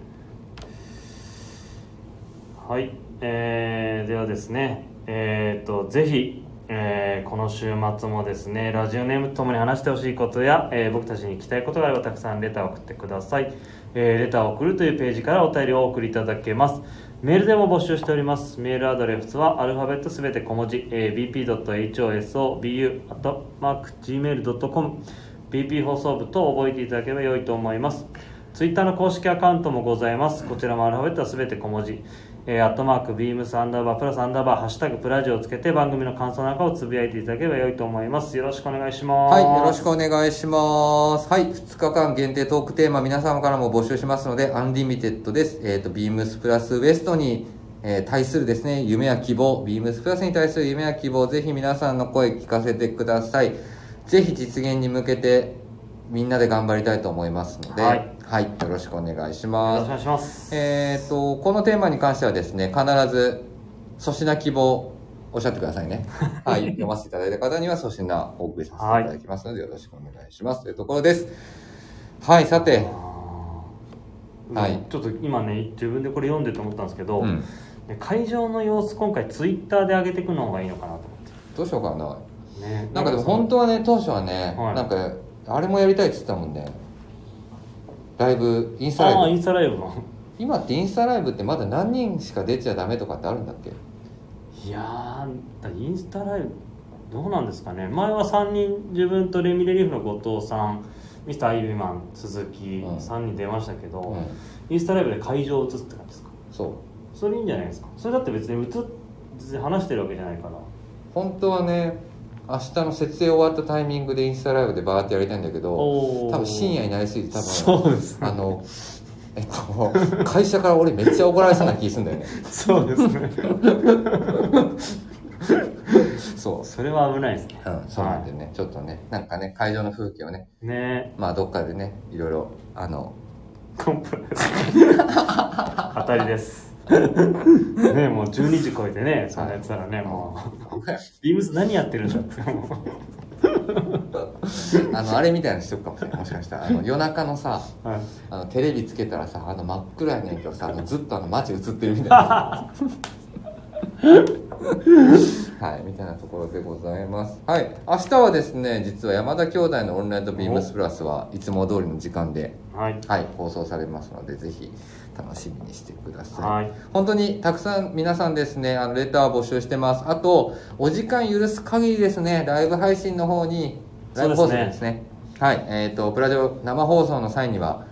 Speaker 1: はいえー、ではですねえー、とぜひえーこの週末もですねラジオネームとともに話してほしいことや、えー僕たちに聞きたいことがあればたくさんレターを送ってください、えーレターを送るというページからお便りをお送りいただけますメールでも募集しておりますメールアドレスはアルファベットすべて小文字、えー bp.hosobu.gmail.com BP 放送部と覚えていただければ良いと思いますツイッターの公式アカウントもございますこちらもアルファベットはすべて小文字えー、アットマークビームスアンダーバープラスアンダーバーハッシュタグプラジオをつけて番組の感想なんかをつぶやいていただければ良いと思いますよろしくお願いします
Speaker 2: はい、よろしくお願いします。はい、2日間限定トークテーマ皆様からも募集しますので、アンリミテッドです。えっ、と、ビームスプラスウエストに、えー対するですね、夢や希望、ビームスプラスに対する夢や希望、ぜひ皆さんの声聞かせてください。ぜひ実現に向けて、みんなで頑張りたいと思いますので、
Speaker 1: は
Speaker 2: はいい、よろしくお願いし
Speaker 1: よ
Speaker 2: ま
Speaker 1: ろしくお。願い
Speaker 2: す
Speaker 1: します
Speaker 2: えっ、と、このテーマに関してはですね、必ず、粗品希望、おっしゃってくださ いね。はい。読ませていただいた方には粗品をお送りさせていただきますので、よろしくお願いします。というところです。はい、さて、
Speaker 1: は
Speaker 2: はいい、
Speaker 1: ちょっと今ね自分でこれ読んでと思ったんですけど、
Speaker 2: うん
Speaker 1: ね会場の様子今回ツイッターで上げていくのがいいのかなと思っ
Speaker 2: どうしようかな。
Speaker 1: て、ね、
Speaker 2: なんかでも
Speaker 1: その
Speaker 2: 本当はね、当初はね、
Speaker 1: はい
Speaker 2: なんか、あれもやりたいって言ってたもんね。ライブ、インスタ
Speaker 1: ああ
Speaker 2: ラ
Speaker 1: イ
Speaker 2: イブ。
Speaker 1: ンスタライブの
Speaker 2: 今ってインスタライブってまだ何人しか出ちゃダメとかってあるんだっけ
Speaker 1: いやーだインスタライブどうなんですかね前は3人自分とレミレリーフの後藤さんミスターアイビーマン鈴木、
Speaker 2: うん
Speaker 1: 3人出ましたけど、
Speaker 2: うん。
Speaker 1: インスタライブで会場を映すって感じですか
Speaker 2: そう。
Speaker 1: それいいんじゃないですかそれだって別に映っ別に話してるわけじゃないから
Speaker 2: 本当はね明日の設営終わったタイミングでインスタライブでバーってやりたいんだけど
Speaker 1: おー
Speaker 2: 多分深夜になりすぎて多分
Speaker 1: そうですね
Speaker 2: あのえっと会社から俺めっちゃ怒られそうな気すんだよね
Speaker 1: そうですね
Speaker 2: そ
Speaker 1: それは危ないですね
Speaker 2: う、うん、そうなんでね、ちょっとねなんかね会場の風景をね
Speaker 1: ね
Speaker 2: まあどっかでねいろいろあの
Speaker 1: えコンプライアンス当たりですねえもう12時超えてねそんなやつならねもうビームス何やってるんだっても
Speaker 2: あのあれみたいなのしとくかもしれないもしかしたらあの夜中のさ
Speaker 1: う、はい、
Speaker 2: あのテレビつけたらさあの真っ暗やねんけどさあのずっとあの街映ってるみたいなはいみたいなところでございますはい明日はですね実は山田兄弟の「オンラインとビームスプラス」はいつも通りの時間で、
Speaker 1: はい
Speaker 2: はい、放送されますのでぜひ楽しみにしてください、
Speaker 1: はい
Speaker 2: 本当にたくさん皆さんですねあのレターを募集してますあとお時間許す限りですねライブ配信の方にライブ放送
Speaker 1: そうですね
Speaker 2: ですねはいえっ、とプラジオ生放送の際には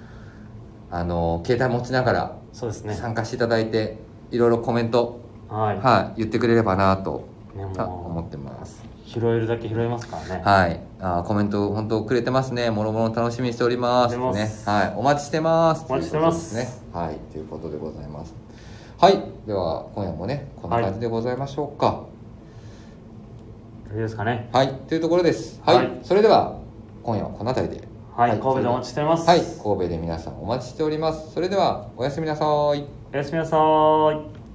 Speaker 2: あの携帯持ちなが
Speaker 1: そうです
Speaker 2: ら
Speaker 1: ね
Speaker 2: 参加していただいて、いろいろコメント、
Speaker 1: はい、
Speaker 2: はい、言ってくれればなと
Speaker 1: ね
Speaker 2: あ
Speaker 1: も
Speaker 2: 思ってます
Speaker 1: う拾えるだけ拾えますからね
Speaker 2: はいあコメント本当くれてますねもろもろ楽しみにしておりま
Speaker 1: し
Speaker 2: す
Speaker 1: てます
Speaker 2: ねはいお待ちしてます
Speaker 1: お待ちしてます
Speaker 2: ということですねはいということでございますはいでは今夜もねこんな感じでございましょうか
Speaker 1: 大丈夫ですかね
Speaker 2: はい、というところですはい、
Speaker 1: はい
Speaker 2: それでは今夜はこの辺りで
Speaker 1: はい、
Speaker 2: はい
Speaker 1: 神戸でお待ちしてます、
Speaker 2: はい神戸で皆さんお待ちしておりますそれではおやすみなさい
Speaker 1: おやすみなさーい